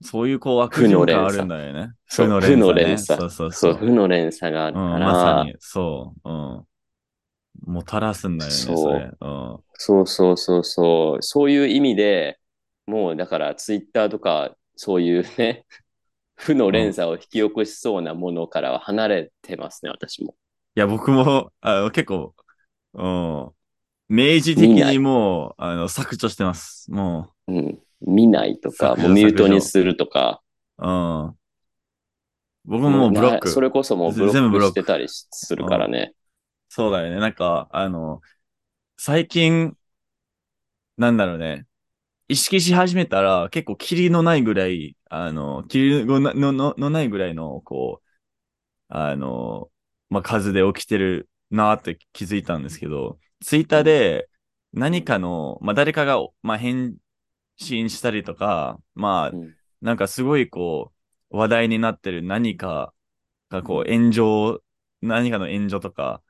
A: そういうこう悪循環あるんだよね。
B: そう
A: 負の
B: 負の
A: 連
B: 連鎖
A: 鎖ね。そう
B: そ、
A: そううそう。
B: 負の連鎖があ
A: う
B: る
A: ん、
B: から、
A: まさに、そう、うん。もたらすんだよね、
B: そう
A: それ。うん。
B: そうそうそうそう、そういう意味でもうだからツイッターとかそういうね、負の連鎖を引き起こしそうなものからは離れてますね、私も。
A: いや、僕も、あの、結構、うん。明示的にもう、あの、削除してます。も
B: うん。見ないとか、
A: 削除
B: もうミュートにするとか、
A: う、うん。僕ももうブロック。
B: なそれこそもうブロ
A: 全部ブ
B: ッ
A: ロ
B: ク
A: ッ
B: し
A: ク
B: てたりしするからね。
A: そうだよね。なんか、あの、最近、なんだろうね。意識し始めたら、結構、キリのないぐらい、あの、キリのなのののないぐらいの、こう、あの、まあ、数で起きてるなーって気づいたんですけど、ツイッターで何かの、まあ、誰かが、まあ、返信したりとか、まあ
B: う、ん
A: なんかすごいこう、話題になってる何かがこう、炎上、何かの炎上とか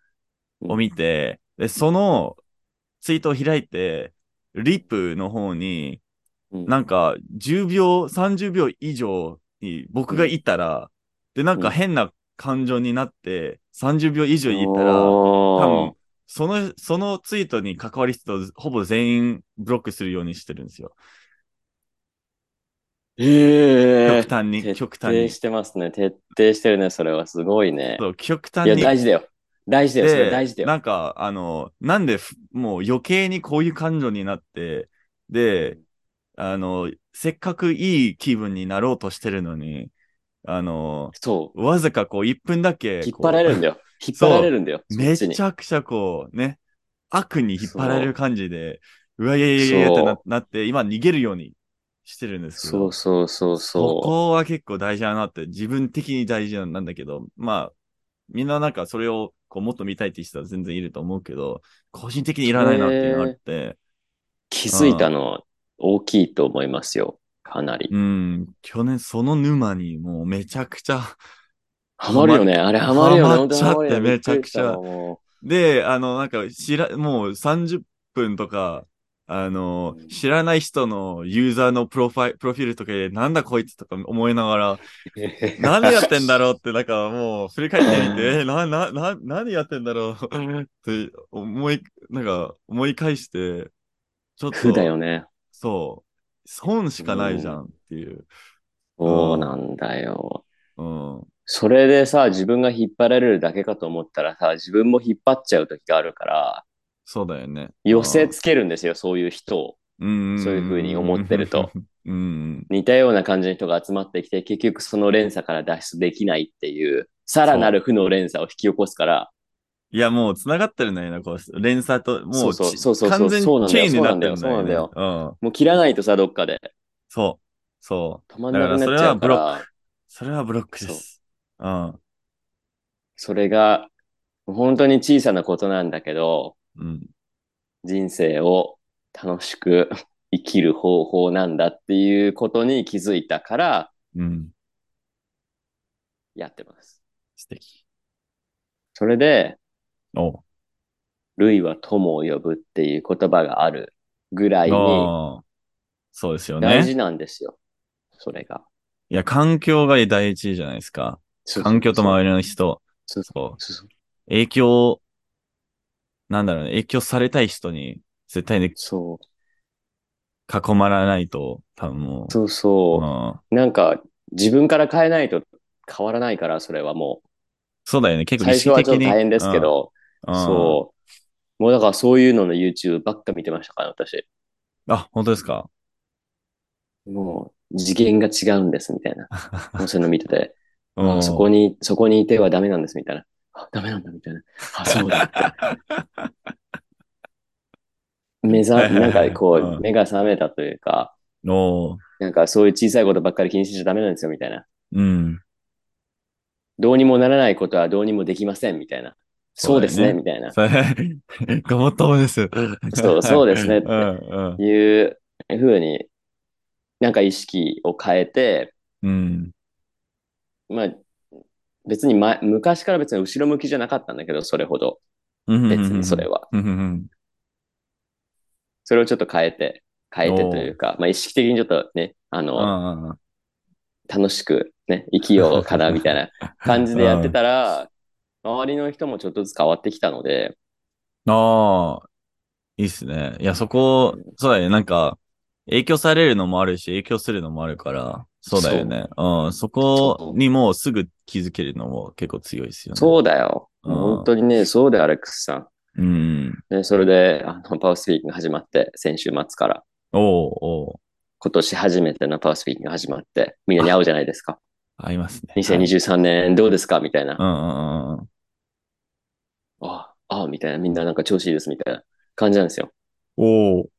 A: を見て、で、そのツイートを開いて、リップの方に、
B: うん
A: なんか10秒、30秒以上に僕がいたら、で、なんか変な感情になって、30秒以上いたら、
B: おー
A: 多分、その、そのツイートに関わる人、ほぼ全員ブロックするようにしてるんですよ。
B: へえ
A: 極。端に、極
B: 徹
A: 端に
B: 底。してますね。徹底してるね、それは。すごいね。
A: そう、極端
B: いや、
A: に。
B: 大事だよ。大事だよ、それ大事だよ。
A: なんか、あの、なんでふ、もう余計にこういう感情になって、で、あの、せっかくいい気分になろうとしてるのに、あの、
B: そう。
A: わずかこう1分だけ
B: 引っ
A: こう
B: 張られるんだよ。引っ張られるんだよ。そ
A: め
B: っちに
A: ちゃくちゃこう、ね、悪に引っ張られる感じで、うわ、いやいやいやいやっ
B: そう
A: てななって、今逃げるようにしてるんですけど。
B: そうそうそう
A: そ
B: そ
A: こは結構大事だなって、自分的に大事なんだけど、まあ、みんななんかそれをこうもっと見たいって人は全然いると思うけど、個人的にいらないなっていうのがあって、
B: う。気づいたの大きいと思いますよ。かなり。
A: うん。去年、その沼にもうめちゃくちゃ。
B: ハマるよね。あれハマるよね。
A: ハマっちゃって
B: 本当にハマるよね
A: めちゃくちゃ
B: びっくりしたわも
A: で、あの、なんか、知ら、もう30分とか、あの
B: うん、
A: 知らない人のユーザーのプロファイ、プロフィールとかで、なんだこいつとか思いながら、
B: う
A: 何やってんだろうって、なんかもう振り返ってみて、えな、な、な、何やってんだろうって思い、なんか思い返して、ちょっ
B: 苦
A: と、
B: だよね。
A: そう、損しかないじゃんっていう。
B: そうなんだよ。
A: うん。
B: それでさ、自分が引っ張られるだけかと思ったらさ、自分も引っ張っちゃう時があるから、
A: そうだよね。
B: 寄せつけるんですよ、そういう人を。
A: うん、
B: そういうふうに思ってると。
A: うん。
B: 似たような感じの人が集まってきて、結局その連鎖から脱出できないっていう、さらなる負の連鎖を引き起こすから、
A: いや、もう繋がってるんだよな、こう、連鎖と、もう
B: そうそう
A: ち
B: そうそう
A: 完全に
B: そうなん
A: チ
B: だ
A: ェー
B: よ
A: ンになってるんだよ、ね。
B: そうなんだよ
A: うん。
B: もう切らないとさ、どっかで
A: そう。そう。
B: 止まんなくなっちゃうから、そ
A: だからそれ
B: れ
A: はそれはブロックです。うん。
B: が本当に小さなことなんだけど、
A: うん。
B: 人生を楽しく生きる方法なんだっていうことに気づいたから、
A: うん。
B: やってます。
A: 素敵。
B: それで、
A: お
B: 類は友を呼ぶっていう言葉があるぐらいに
A: ああ。そうですよ
B: 大
A: ね。
B: 事なんですよ。それが。
A: いや、環境が第一じゃないですか。環境と周りの人。
B: そうそ
A: そう
B: う。。そう
A: 影響、なんだろうね、影響されたい人に絶対に
B: そう
A: 囲まらないと、多分もう。
B: そうそ
A: う
B: う
A: ん。
B: なんか自分から変えないと変わらないから、それはも
A: そうだよね、
B: う。
A: 結構意
B: 最初
A: 識
B: は
A: 的
B: ちょっ
A: に。
B: と大変ですけど、
A: うん、うん
B: そう。もうだからそういうのの YouTube ばっか見てましたから、私。
A: あ、本当ですか。
B: もう次元が違うんですみた いな。もうそういうの見てて、
A: う
B: あ
A: ん
B: そこに、そこにいてはダメなんですみたいな。あダメなんだみたいな。あ、そうだって。 目覚、なんかこ
A: うん
B: う、目が覚めたというか、
A: おー
B: なんかそういう小さいことばっかり気にしちゃダメなんですよみたいな。
A: うん。
B: どうにもならないことはどうにもできませんみたいな。そうですね、みたいな。
A: それごもっともです。
B: そうそうですねって
A: うん、
B: いうふうに、なんか意識を変えて、
A: うん。うん。
B: まあ、別に前、昔から別に後ろ向きじゃなかったんだけど、それほど。
A: うん
B: 別にそれ。は。
A: うんうん
B: それをちょっと変えて、変えてというか、まあ意識的にちょっとね、あ
A: う
B: の、
A: んうん。
B: 楽しくね、生きようかな、みたい な感じでやってたら、周りの人もちょっとずつ変わってきたので、
A: うん。ああ、いいっすね。いや、そこ、そうだよね。なんか、影響されるのもあるし、影響するのもあるから、そうだよね。うん。そこにもうすぐ気づけるのも結構強いですよね。
B: そうだよ。
A: うん
B: 本当にね、そうだよ、アレックスさん。
A: う。うん。
B: で、それで、あの、パワースピーキング始まって、先週末から、
A: おうおう
B: 今年初めてのパワースピーキング始まって、みんなに会うじゃないですか。
A: ありますね。
B: 2023年どうですかみたいな
A: う。んうんうんうん。
B: ああ、みたいな。みんななんか調子いいです、みたいな感じなんですよ。
A: おお。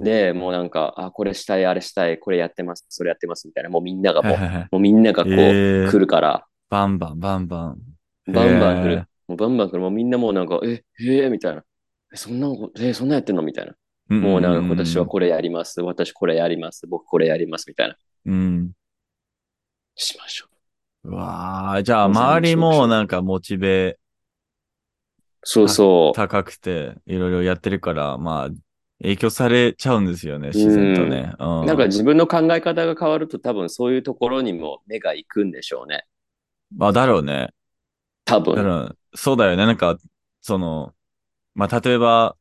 B: で、もうなんか、あ、これしたい、あれしたい、これやってます、それやってます、みたいな。もうみんなが
A: はい
B: もう、
A: はいはい
B: もうみんながこう、
A: えー
B: 来るから、
A: バンバン、バンバン。
B: バンバン
A: へー
B: 来る。もうバンバン来る。もうみんなもうなんか、え、へえ、みたいな。え、そんなの、え、そんなやってんのみたいな。もうなんか、私はこれやります、私これやります、僕これやります、みたいな。
A: うん。
B: しましょう。
A: うわあ、じゃあ、周りもなんかモチベ
B: そうそう。
A: 高くて、いろいろやってるから、まあ、影響されちゃうんですよね、自然とね。うん。
B: なんか自分の考え方が変わると多分そういうところにも目が行くんでしょうね。
A: まあ、だろうね。だ
B: 多分。
A: から、そうだよね。なんか、その、まあ、例えば、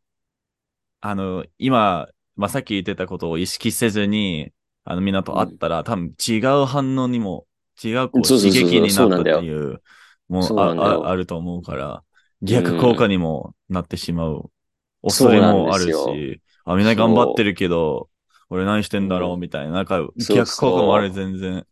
A: あの、今、まあ、さっき言ってたことを意識せずに、あの、みんなと会ったら、多分違う反応にも、違うこう
B: そうそ
A: 刺
B: うそうそう
A: 激に
B: そう
A: な
B: な
A: っ
B: んだ
A: た
B: よ
A: っていう、も
B: そう
A: うあ
B: なんだよ
A: ああると思うから、逆効果にもなってしまう恐れ
B: そう
A: も
B: な
A: あ
B: ん
A: る
B: ですよ
A: し、あ、みんな頑張ってるけど、俺何してんだろ
B: う
A: うんみたいな、なんか
B: そう
A: 逆効果もある、全然。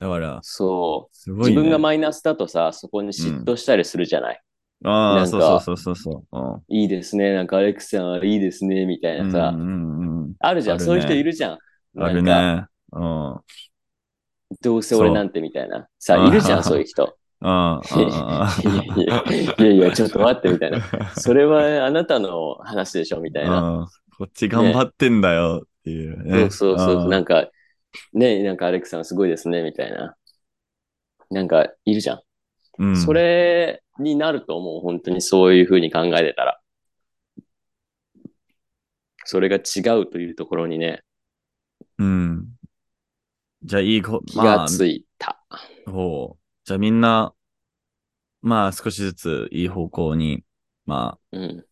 A: だから、
B: そう。
A: すごい、
B: 自
A: ね。
B: 分がマイナスだとさ、そこに嫉妬したりするじゃない。
A: あ
B: な
A: あ、
B: んか
A: そうそうそうそうそう。うん
B: いいですね、なんかアレックスさんはいいですね、みたいな
A: う
B: さ。
A: んうんうん
B: あるじゃん、
A: あるね
B: そういう人いるじゃん。
A: うん、ある
B: なんか、
A: ね。うん。うん。
B: どうせ俺なんてみたいな。さ、
A: あ
B: いるじゃん、そういう人。
A: あ あ
B: いやいやいやいや、ちょっと待って、みた いな。それはあなたの話でしょ、みたいな。
A: うんこっち頑張ってんだよってっていう、
B: そ
A: ね。
B: うそうそうそう。
A: ん
B: なんか、ね、なんかアレックさんすごいですね、みたいな。なんか、いるじゃん。
A: うん
B: それになると思う、本当にそういうふうに考えてたら。それが違うというところにね、
A: うん。じゃあ、いいこ、
B: 気
A: ま
B: が
A: あ、
B: ついた。
A: ほう。じゃあ、みんな、まあ、少しずついい方向に、まあ、
B: うん。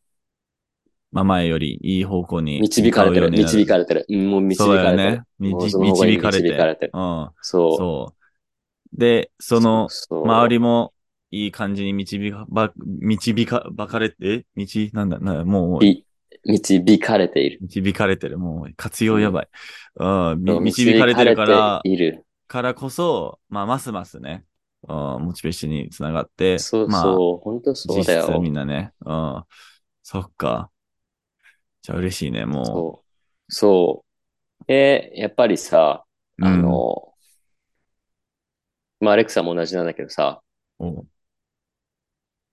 A: まあ、前よりいい方向に
B: 導かれてる、導か
A: れ
B: れてる。うんもう導
A: そうだ
B: か
A: よ
B: れて
A: ね
B: る。。
A: み
B: もう
A: じ
B: その方がいい
A: 導かれて。
B: 導かれてる
A: うん。
B: そ
A: そう。で、
B: う。
A: その、
B: そう、
A: 周りもいい感じに導か、ば、導か、ばかれて、え道なんだ、な、もうもう、
B: び導かれている。
A: 導かれてる。もう、活用やばい。うん、
B: そ
A: み
B: う
A: 導かれてるから、
B: 導かれている。
A: からこそ、まあ、ますますね、うん、モチベーションにつながって、
B: そう
A: まあ、
B: そう、本当そう
A: 実
B: だ
A: 質
B: よ
A: み。んなね、うん、そっか。じゃあ嬉しいね、も
B: そう。そう。え、やっぱりさ、
A: う。
B: あの、まあ、アレクサも同じなんだけどさ、
A: うん、お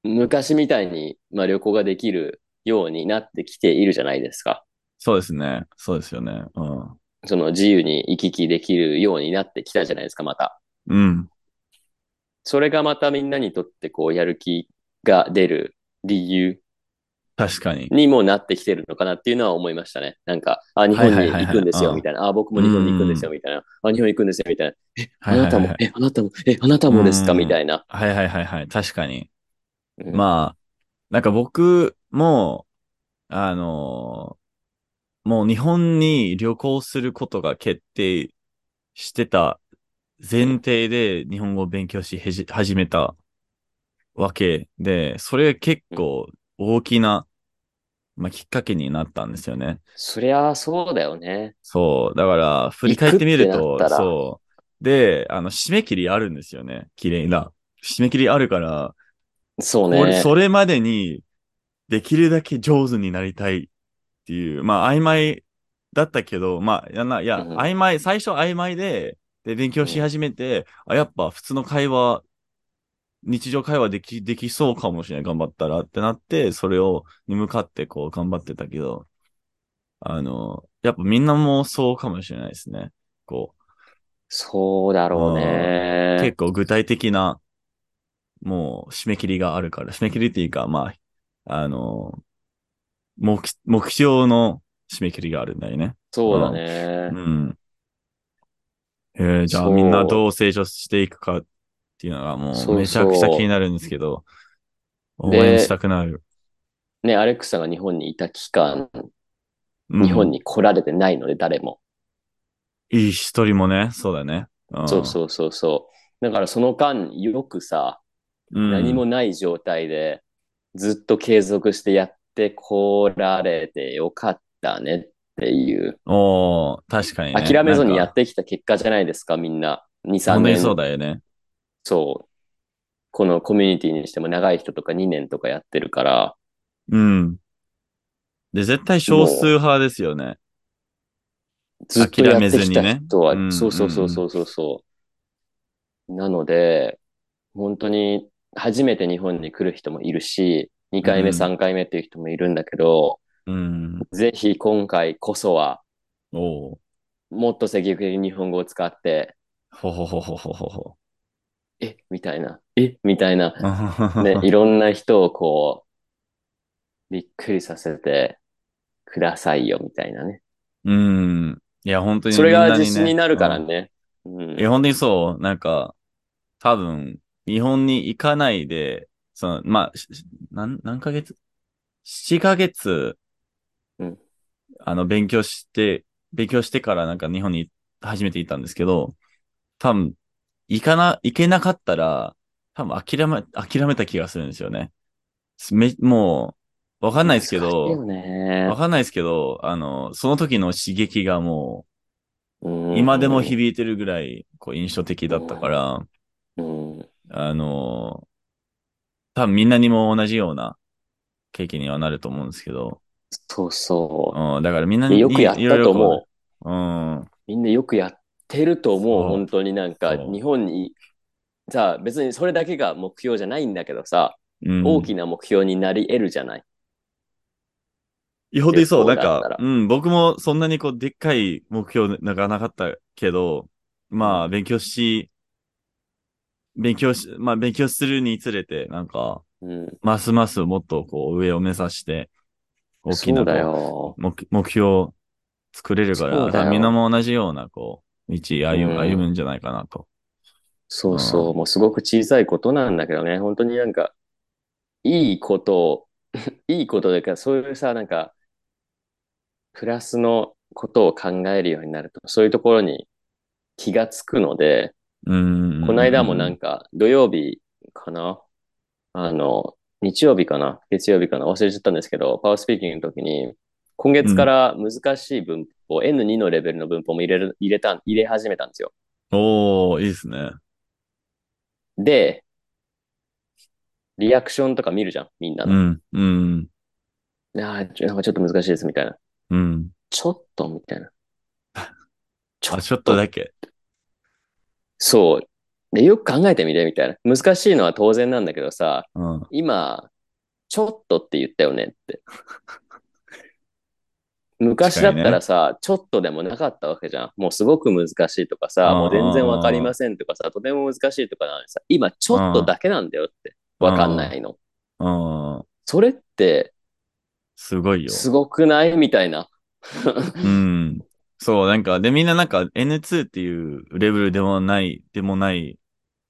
B: 昔みたいに、まあ、旅行ができるようになってきているじゃないですか。
A: そうですね、そうですよね。うん。
B: その自由に行き来できるようになってきたじゃないですか、また。
A: うん。
B: それがまたみんなにとってこう、やる気が出る理由
A: 確かに。
B: にもなってきてるのかなっていうのは思いましたね。なんか、あ、日本に
A: はいはいはい
B: 行
A: はい
B: くんですよ、
A: うん
B: みたいな。あ、僕も日本に行くんですよ、みたいな。あ、日本行くんですよ、みたいな。
A: は
B: あ
A: いは
B: ない
A: は
B: た
A: い
B: も、え、あなたも、え、あなたもですか、
A: うん
B: みたいな。
A: はいはいはいはい。確かに。
B: うん
A: まあ、なんか僕も、あのーもう日本に旅行することが決定してた前提で日本語を勉強しへじ始めたわけで、それ結構大きな、まあ、きっかけになったんですよね。
B: そりゃそうだよね。
A: そう。だから、振り返ってみると
B: 行くってなった、ら
A: そう。で、あの、締め切りあるんですよね。綺麗な。締め切りあるから、
B: そう
A: これ
B: ね。
A: それまでにできるだけ上手になりたいっていう、まあ曖昧だったけど、まあ、いやな、いや、
B: うん
A: 曖昧、最初曖昧で、で、勉強し始めて、あ、やっぱ普通の会話、日常会話でき、できそうかもしれない、頑張ったらってなって、それを、に向かってこう頑張ってたけど、あの、やっぱみんなもそうかもしれないですね。こう、
B: そうだろうね
A: 結。構具体的な、もう締め切りがあるから、締め切りっていうか、まあ、あの、目、目標の締め切りがあるんだよね。
B: そうだ
A: う
B: ね。
A: ん。えーじゃあ
B: そう
A: みんなどう成長していくかっていうのがも
B: そう
A: う
B: そう
A: めちゃくちゃ気になるんですけど、応援したくなる。
B: ね、アレックさんが日本にいた期間、
A: うん
B: 日本に来られてないので、誰も。
A: いい一人もね、そうだね。
B: そうそうそうそう。だからその間、よくさ、
A: うん。
B: 何もない状態で、ずっと継続してやってこられてよかったねっていう。
A: おー確かにね。
B: 諦めずにや
A: なん
B: っ
A: か
B: てきた結果じゃないですか、みんな。2、3
A: 本当に
B: 年。
A: そうだよね。
B: そう。このコミュニティにしても長い人とか2年とかやってるから、
A: うん。で、絶対少数派ですよね。
B: ずっとや
A: 諦
B: ってき
A: めずに
B: た
A: ね
B: 人は、
A: うん
B: そうそうそうそうそうそう。なので、本当に初めて日本に来る人もいるし、2回目、
A: うん
B: 3回目っていう人もいるんだけど、
A: うん。
B: ぜひ今回こそは、
A: おう
B: もっと積極的に日本語を使って、
A: ほほほほほほほ。
B: えみたいな、えみたいな、 ね、
A: ね、
B: いろんな人をこう、びっくりさせてくださいよ、みたいなね。
A: うん。いや、本当に
B: それ
A: みん
B: が
A: なにね
B: 自信になるから。ね。う
A: うんんいや、本当にそう。なんか、多分、日本に行かないで、その、まあ、し何、何ヶ月 ?7 ヶ月、
B: うん
A: あの、勉強して、勉強してからなんか日本に初めて行ったんですけど、多分、行かな、行けなかったら、多分諦め、諦めた気がするんですよね。め、もう、わかんないですけ
B: 難しいよ
A: ど、
B: ね
A: わかんないですけど、あの、その時の刺激がも
B: うん
A: う、今でも響いてるぐらい、こう、印象的だったから、
B: うん
A: あの、多分みんなにも同じような経験にはなると思うんですけど、
B: そうそ
A: うん、だからみんな
B: う。
A: に
B: よくやっ
A: いろい
B: た
A: ろ
B: と思う
A: こ。う。うん、
B: みんなよくやってると思う。
A: そう
B: 本当になんか、
A: そう
B: 日本に、さあ別にそれだけが目標じゃないんだけどさ、
A: うん。
B: 大きな目標になり得るじゃない。
A: よほどいそう。な
B: 旅
A: ん
B: 行だっ
A: か
B: た、
A: らうん、僕もそんなにこう、でっかい目標なんかなかったけど、まあ、勉強し、勉強し、まあ、勉強するにつれて、なんか、
B: うん。
A: ますますもっとこう、上を目指して、大き
B: そ
A: な
B: う
A: こう
B: だよ。
A: 目目標を作れるか
B: そうだ
A: ら、
B: よ
A: みんなも同じような、こう、道歩む,、
B: うん
A: 歩むんじゃないかなと。
B: そうそう。もうすごく小さいことなんだけどね。本当になんか、いいこと を、いいことでか、そういうさ、なんか、プラスのことを考えるようになると、そういうところに気がつくので、
A: うん。
B: この間もなん
A: か、
B: か、土曜日かなあの、日曜日かな月曜日かな忘れちゃったんですけど、パワースピーキングの時に、今月から難しい文法、N2 のレベルの文法も入れる、入れた、入れ始めたんですよ。
A: おー、いいですね。
B: で、リアクションとか見るじゃん、みんな
A: う
B: の。
A: ん、うん、
B: あーちょなんかちょっと難しいです、みたいな。
A: うん。
B: ちょっと、みたいな。ち
A: あ、ちょっとだけ。
B: そう。で、よく考えてみて、みたいな。難しいのは当然なんだけどさ、
A: うん。
B: 今、ちょっとって言ったよねって。昔だったらさ、ちょっとでもなかったわけじゃん。もうすごく難しいとかさ、
A: うん
B: もう全然わかりませんとかさ、とても難しいとかなのにさ、今ちょっとだけなんだよって、
A: うん
B: わかんないの。
A: うん。
B: それって、
A: すごいよ。
B: すごくないみたいな。
A: うん。そう、なんか、で、みんななんか N2 っていうレベルでもない、でもない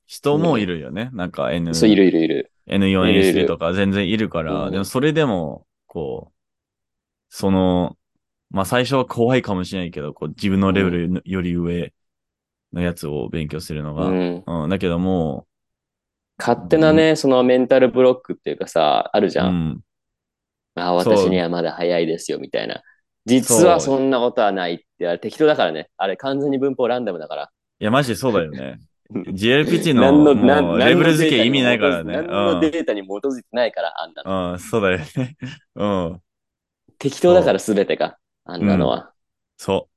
A: 人もいるよね。なんか N、
B: そう、いるいるいる。
A: N4、
B: いるいる
A: N3 とか全然いるから、
B: うん
A: でもそれでも、こう、その、まあ最初は怖いかもしれないけど、こう自分のレベルより上のやつを勉強するの
B: う
A: が、
B: ん。
A: うん、だけども
B: 勝手なね、そのメンタルブロックっていうかさ、あるじ
A: う、
B: ゃ。
A: うんん、
B: ああ、
A: そう
B: 私にはまだ早いですよ、みたいな。実はそんなことはないって、あれ適当だからね。あれ完全に文法ランダムだから。
A: いや、マジでそうだよ ね。GLPT の
B: 何の、何
A: もうレベル付け意味ないからね。
B: 何の
A: う
B: データに基づいてないから、あんなの。
A: ん、うん、そうだよね。 うん、
B: 適当だから全てが、あんなのは。
A: そ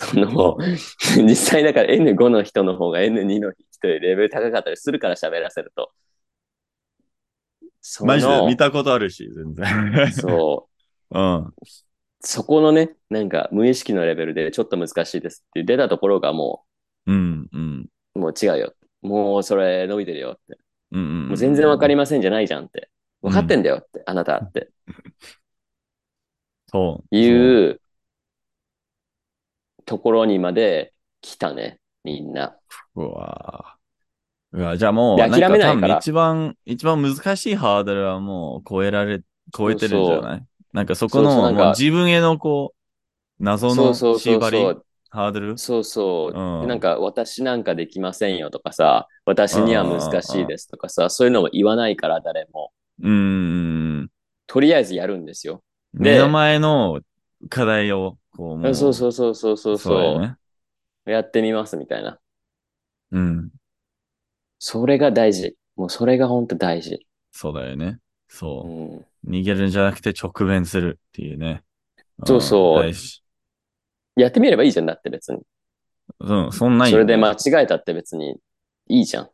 B: その、 実際だから N5 の人の方が N2 の人よりレベル高かったりするから喋らせると。
A: う。
B: そ
A: マジで見
B: の、
A: たことあるし、全然。
B: そう。
A: うん。
B: そこのね、なんか無意識のレベルでちょっと難しいですって出たところがも
A: うん、うん。
B: う、もう違うよ。もうそれ伸びてるよって。
A: うんうん、
B: もう全然わかり
A: ま
B: ませんじゃないじゃんって。わかってんだよって、あなたって
A: す。そう。
B: いうところにまで来たね、みんな。
A: そう。うわーうわ、じゃあもう、
B: で諦めないから
A: ん多分一番、一番難しいハードルはもう超えられ、超えてるんじゃないなんかそこの、
B: そうそうなんか
A: もう自分へのこう、謎
B: そ
A: の
B: うそうそ
A: 縛
B: う
A: り、
B: そう。
A: ハードル
B: そうそう。
A: うん
B: でなんか私なんかできませんよとかさ、私には難しいですとかさ、そういうのも言わないから誰も。
A: うーん。
B: とりあえずやるんですよ。で
A: 目の前の課題を、こう、もう、
B: そうそうそうそうそう
A: そうだ
B: そ
A: よ
B: う、
A: ね。
B: やってみますみたいな。
A: うん。
B: それが大事。もうそれが本当大事。
A: そうだよね。
B: う
A: そ
B: ん、
A: う。逃げるんじゃなくて直面するっていうね。ん
B: そうそう
A: 大事
B: やってみればいいじゃんだって別に。
A: うん、そんなんよ
B: それで間違えたって別にいいじゃん。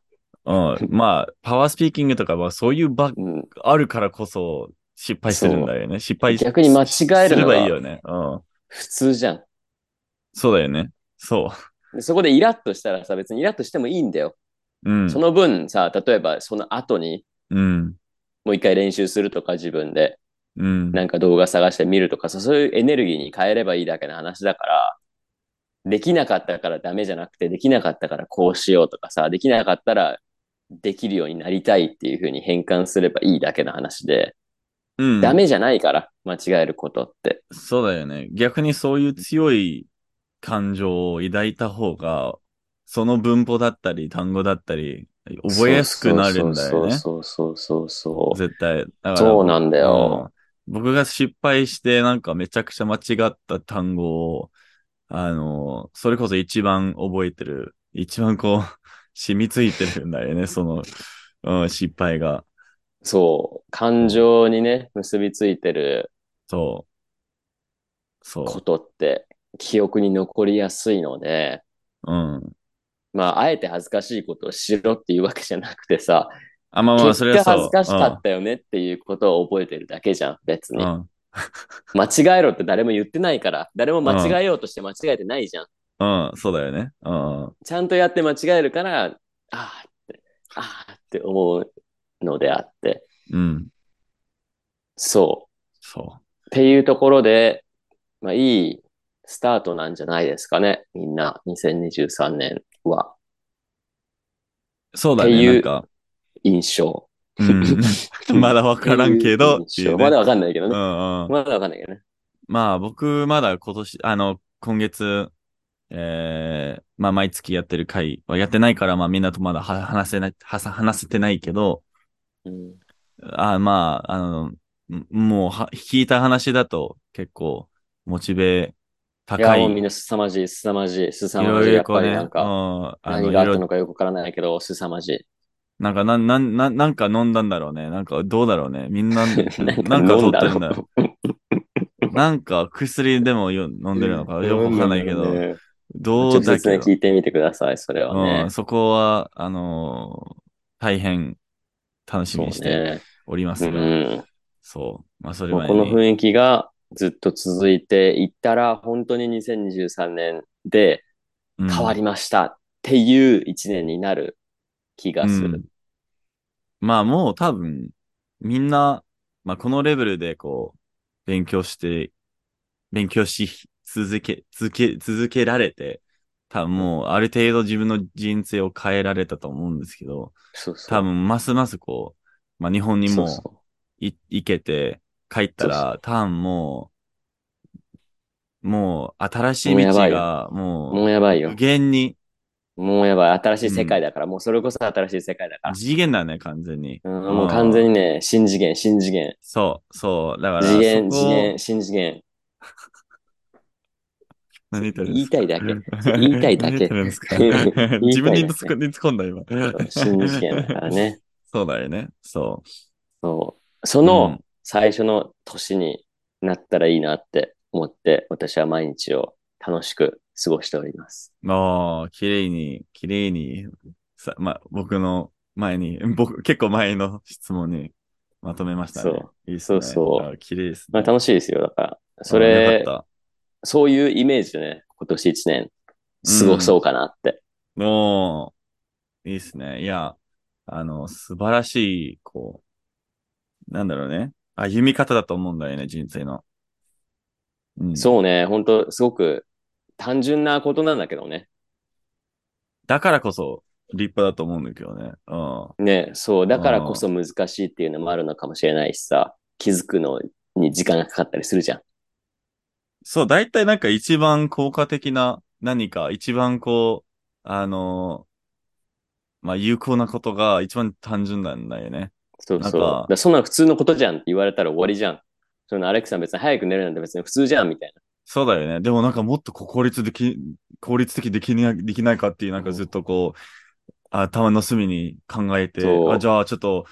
A: うん。まあ、パワースピーキングとかはそういう場
B: うん、
A: あるからこそ失敗するんだよね。失敗
B: 逆に間違える
A: すれ
B: の
A: ば
B: が
A: いいよね。うん。
B: 普通じゃん。
A: そうだよね。そ
B: でそこでイラッとしたらさ、別にイラッとしてもいいんだよ。
A: う。うん
B: そ。の分さ、例えばその後に
A: うん。
B: もう一回練習するとか自分で、
A: うん。
B: なんか動画探してみるとかさ、そういうエネルギーに変えればいいだけの話だから、できなかったからダメじゃなくて、できなかったからこうしようとかさ、できなかったらできるようになりたいっていう風に変換すればいいだけの話で、
A: うん
B: ダメじゃないから、間違えることって。
A: そうだよね。逆にそういう強い感情を抱いた方が、その文法だったり、単語だったり、覚えやすくなるんだよね。
B: そうそうそうそうそうそう。
A: 絶対。だから
B: そうなんだよ。
A: うん僕が失敗して、なんかめちゃくちゃ間違った単語を、あの、それこそ一番覚えてる、一番こう、 染みついてるんだよね、その、うん、失敗が。
B: そう。感情にね、結びついてる
A: そう。
B: こ
A: そ
B: とって、記憶に残りやすいので、
A: う。うん。
B: まあ、あえて恥ずかしいことをしろっていうわけじゃなくてさ、
A: あ、まあまあ、そ
B: 結
A: れは
B: 果
A: そう。
B: 恥ずかしかったよねっていうことを覚えてるだけじゃん、別
A: うん。
B: に。
A: うん
B: 間違えろって誰も言ってないから、誰も間違えようとして間違えてないじゃん。
A: うん、そうだよね。うん。
B: ちゃんとやって間違えるから、あーって、あーって思うのであって、
A: うん。
B: そ。
A: そう
B: っていうところで、まあいいスタートなんじゃないですかね。みんな、2023年は
A: う。そうだね。
B: っていう
A: なんか、
B: 印象。
A: うん、まだわからんけど、って
B: 印
A: いう
B: 象
A: ね
B: まだわかんないけど
A: う
B: ね。
A: んうん。
B: まだわかんないけどね。
A: まあ僕、まだ今年、あの、今月、えー、まあ毎月やってる会はやってないから、まあみんなとまだは話せない、はさ話せてないけど、
B: うん
A: あまあ、あの、んもうは、聞いた話だと結構、モチベ
B: いや、
A: 高い。
B: もうみんな凄まじい、凄まじい、凄
A: い
B: ま
A: ろ
B: じい。
A: いろ
B: やっ
A: こう
B: ぱり
A: ね、
B: なんか、
A: うんあの、
B: 何
A: い
B: があっ
A: ろいろ、
B: たのかよくわからないけど、凄まじい。
A: なんか、なん、なん、なん、なんか飲んだんだろうね。なんか、どうだろうね。みん な、
B: なん
A: なんか取ってん
B: 飲
A: だ
B: だ
A: よ。
B: ろう。
A: なんか、薬でもよ飲んでるのか、よくわかんないけ
B: う
A: ど、
B: ね
A: どうだ
B: 直接ね、
A: けど、
B: 聞いてみてください、それは
A: う
B: ね
A: ん、。そこは、あのー大変楽しみにし
B: そう
A: て
B: ね
A: おりま
B: う
A: すが、
B: ん。
A: そう。まあ、それ
B: もう
A: 前
B: この
A: に。
B: 雰囲気がずっと続いていったら、本当に2023年で
A: うん
B: 変わりましたっていう一年になる気がす
A: う
B: る
A: ん。まあもう多分、みんな、まあこのレベルでこう、勉強して、勉強し続け、続け、続けられて、多分もうある程度自分の人生を変えられたと思うんですけど、
B: そうそう。
A: 多分ますますこう、まあ日本に
B: そう
A: も
B: そ
A: い行けて、帰った
B: そう
A: ら、多分もう、もう新しい
B: もう
A: 道
B: やばいよ
A: が
B: う。も
A: も、
B: うやばいう
A: 無
B: よ。
A: 限に、
B: もうやばい。新しい世界だから、もうそれこそ新しい世界だから。
A: 次元だね、完全に。
B: うん、もう完全にね、新次元、新次元。
A: そう、そう。だから、
B: 次元、
A: そ
B: 次
A: こを
B: 元、新次元。
A: 何言ってるん
B: 言
A: で
B: い
A: すか
B: たい だけ。言いたいだけ
A: 何言ってるんですか
B: 言いたいだけ
A: 自分に突っ込んだ、今。
B: 新次元だからね。
A: そうだよね。そ。
B: そう。そうの最初の年になったらいいなって思って、私は毎日を楽しく過ごしております。
A: うん、もう、綺麗に、綺麗に、さ、ま、僕の前に、僕、結構前の質問にまとめましたね。
B: そう
A: いいっすね。
B: そうそう
A: あ。綺麗です
B: まあ
A: ね。
B: 楽しいですよ。だから、そ
A: あ
B: れ
A: よ、かっ
B: そういうイメージでね、今年一年過ごそうかなって。
A: た。もう、いいっすね。いや、あの、素晴らしい、こう、なんだろうね。歩み方だと思うんだよね、人生の。うん、
B: そうね、本当すごく単純なことなんだけどね。
A: だからこそ立派だと思うんだけどね。うん。
B: ね、そう、だからこそ難しいっていうのもあるのかもしれないしさ、気づくのに時間がかかったりするじゃん。
A: そう、大体なんか一番効果的な何か、一番こう、あのーまあ、有効なことが一番単純なんだよね。
B: そう
A: なん
B: そう。
A: か
B: だからそんなの普通のことじゃんって言われたら終わりじゃん。そのアレックさん別に早く寝るなんて別に普通じゃんみたいな。
A: そうだよね。でもなんかもっとこう効率でき、効率的できなできないかっていう、なんかずっとこう、頭の隅に考えて、
B: そう
A: あ、じゃあちょっと、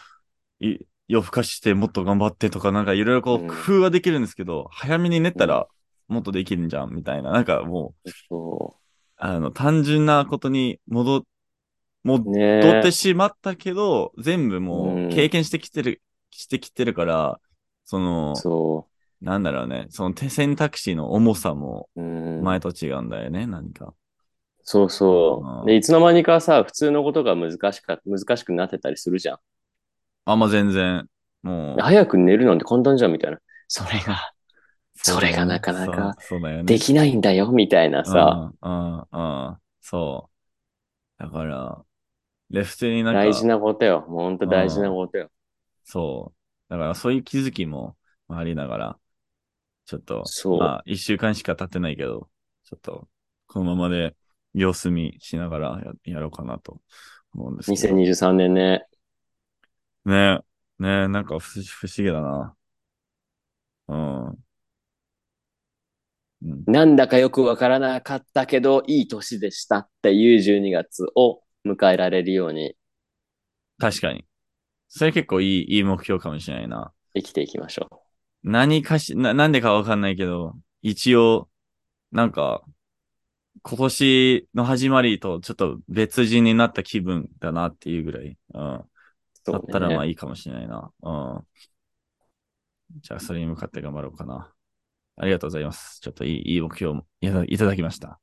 A: い夜更かししてもっと頑張ってとか、なんかいろいろこ
B: う
A: うん工夫はできるんですけど、早めに寝たらもっとできるんじゃん、みたいな。なんかもう、
B: そ
A: あの、単純なことに戻っ、戻
B: う。ねえ。
A: ってしまったけど、全部も
B: うん
A: う経験してきてる、してきてるから、その、
B: そ
A: なんだろうね、その手選択肢の重さも
B: う。うん。
A: 前と違うんだよね、何か。
B: そう
A: う
B: そ
A: ん
B: う。で、いつの間にかさ、普通のことが難しか、難しくなってたりするじゃん。
A: あんまあ全然、もう。
B: 早く寝るなんて簡単じゃんみたいな。それが
A: うだよね
B: それがなかなか
A: そうそうだよね。
B: できないんだよみたいなさ、
A: うん、うん、うん、そう。だから、レフテになんか、
B: 大事なことよ。もう本当大事なことよ。
A: そう。だからそういう気づきもありながら、ちょっと、
B: そう
A: まあ一週間しか経ってないけど、ちょっと、このままで様子見しながらややろうかなと思うんですけど。
B: 2023年ね。
A: ねえ、ねえ、なんか不不思議だな。うん。うん、
B: なんだかよくわからなかったけど、いい年でしたっていう12月を迎えられるように
A: 確かに。それ結構いい、いい目標かもしれないな。
B: 生きていきましょ
A: 何かし、な、なんでかわかんないけど、一応、なんか、今年の始まりとちょっと別人になった気分だなっていうぐらい、うん。
B: う。
A: だったらまあ
B: いい。
A: いいかもしれないな。うん。じゃあ、それに向かって頑張ろうかな。ありがとうございます。ちょっといいいい目標もいただいただきました。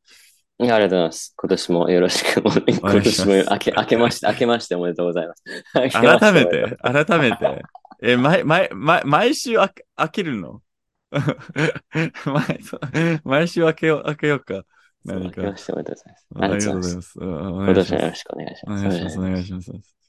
B: いやありがとうございます。今年もよろしく。もう
A: 願い
B: 今
A: します
B: 年も明け明けまして、明けましておめでとうございます。明けまして
A: 改め
B: おでとうございます
A: て、改めて。え、毎、毎、毎、毎週あけ開けるの 毎そう毎週開けよう、開けようか。
B: そう
A: 何
B: 明け
A: か
B: ま。しておめでとうございます。
A: ありがとうござい
B: ます。
A: ます。うんお
B: 今
A: 願い
B: 年
A: し
B: もよ
A: ま
B: ろ
A: す。
B: しくお願いし
A: お
B: ます。
A: 願いします、お願いします。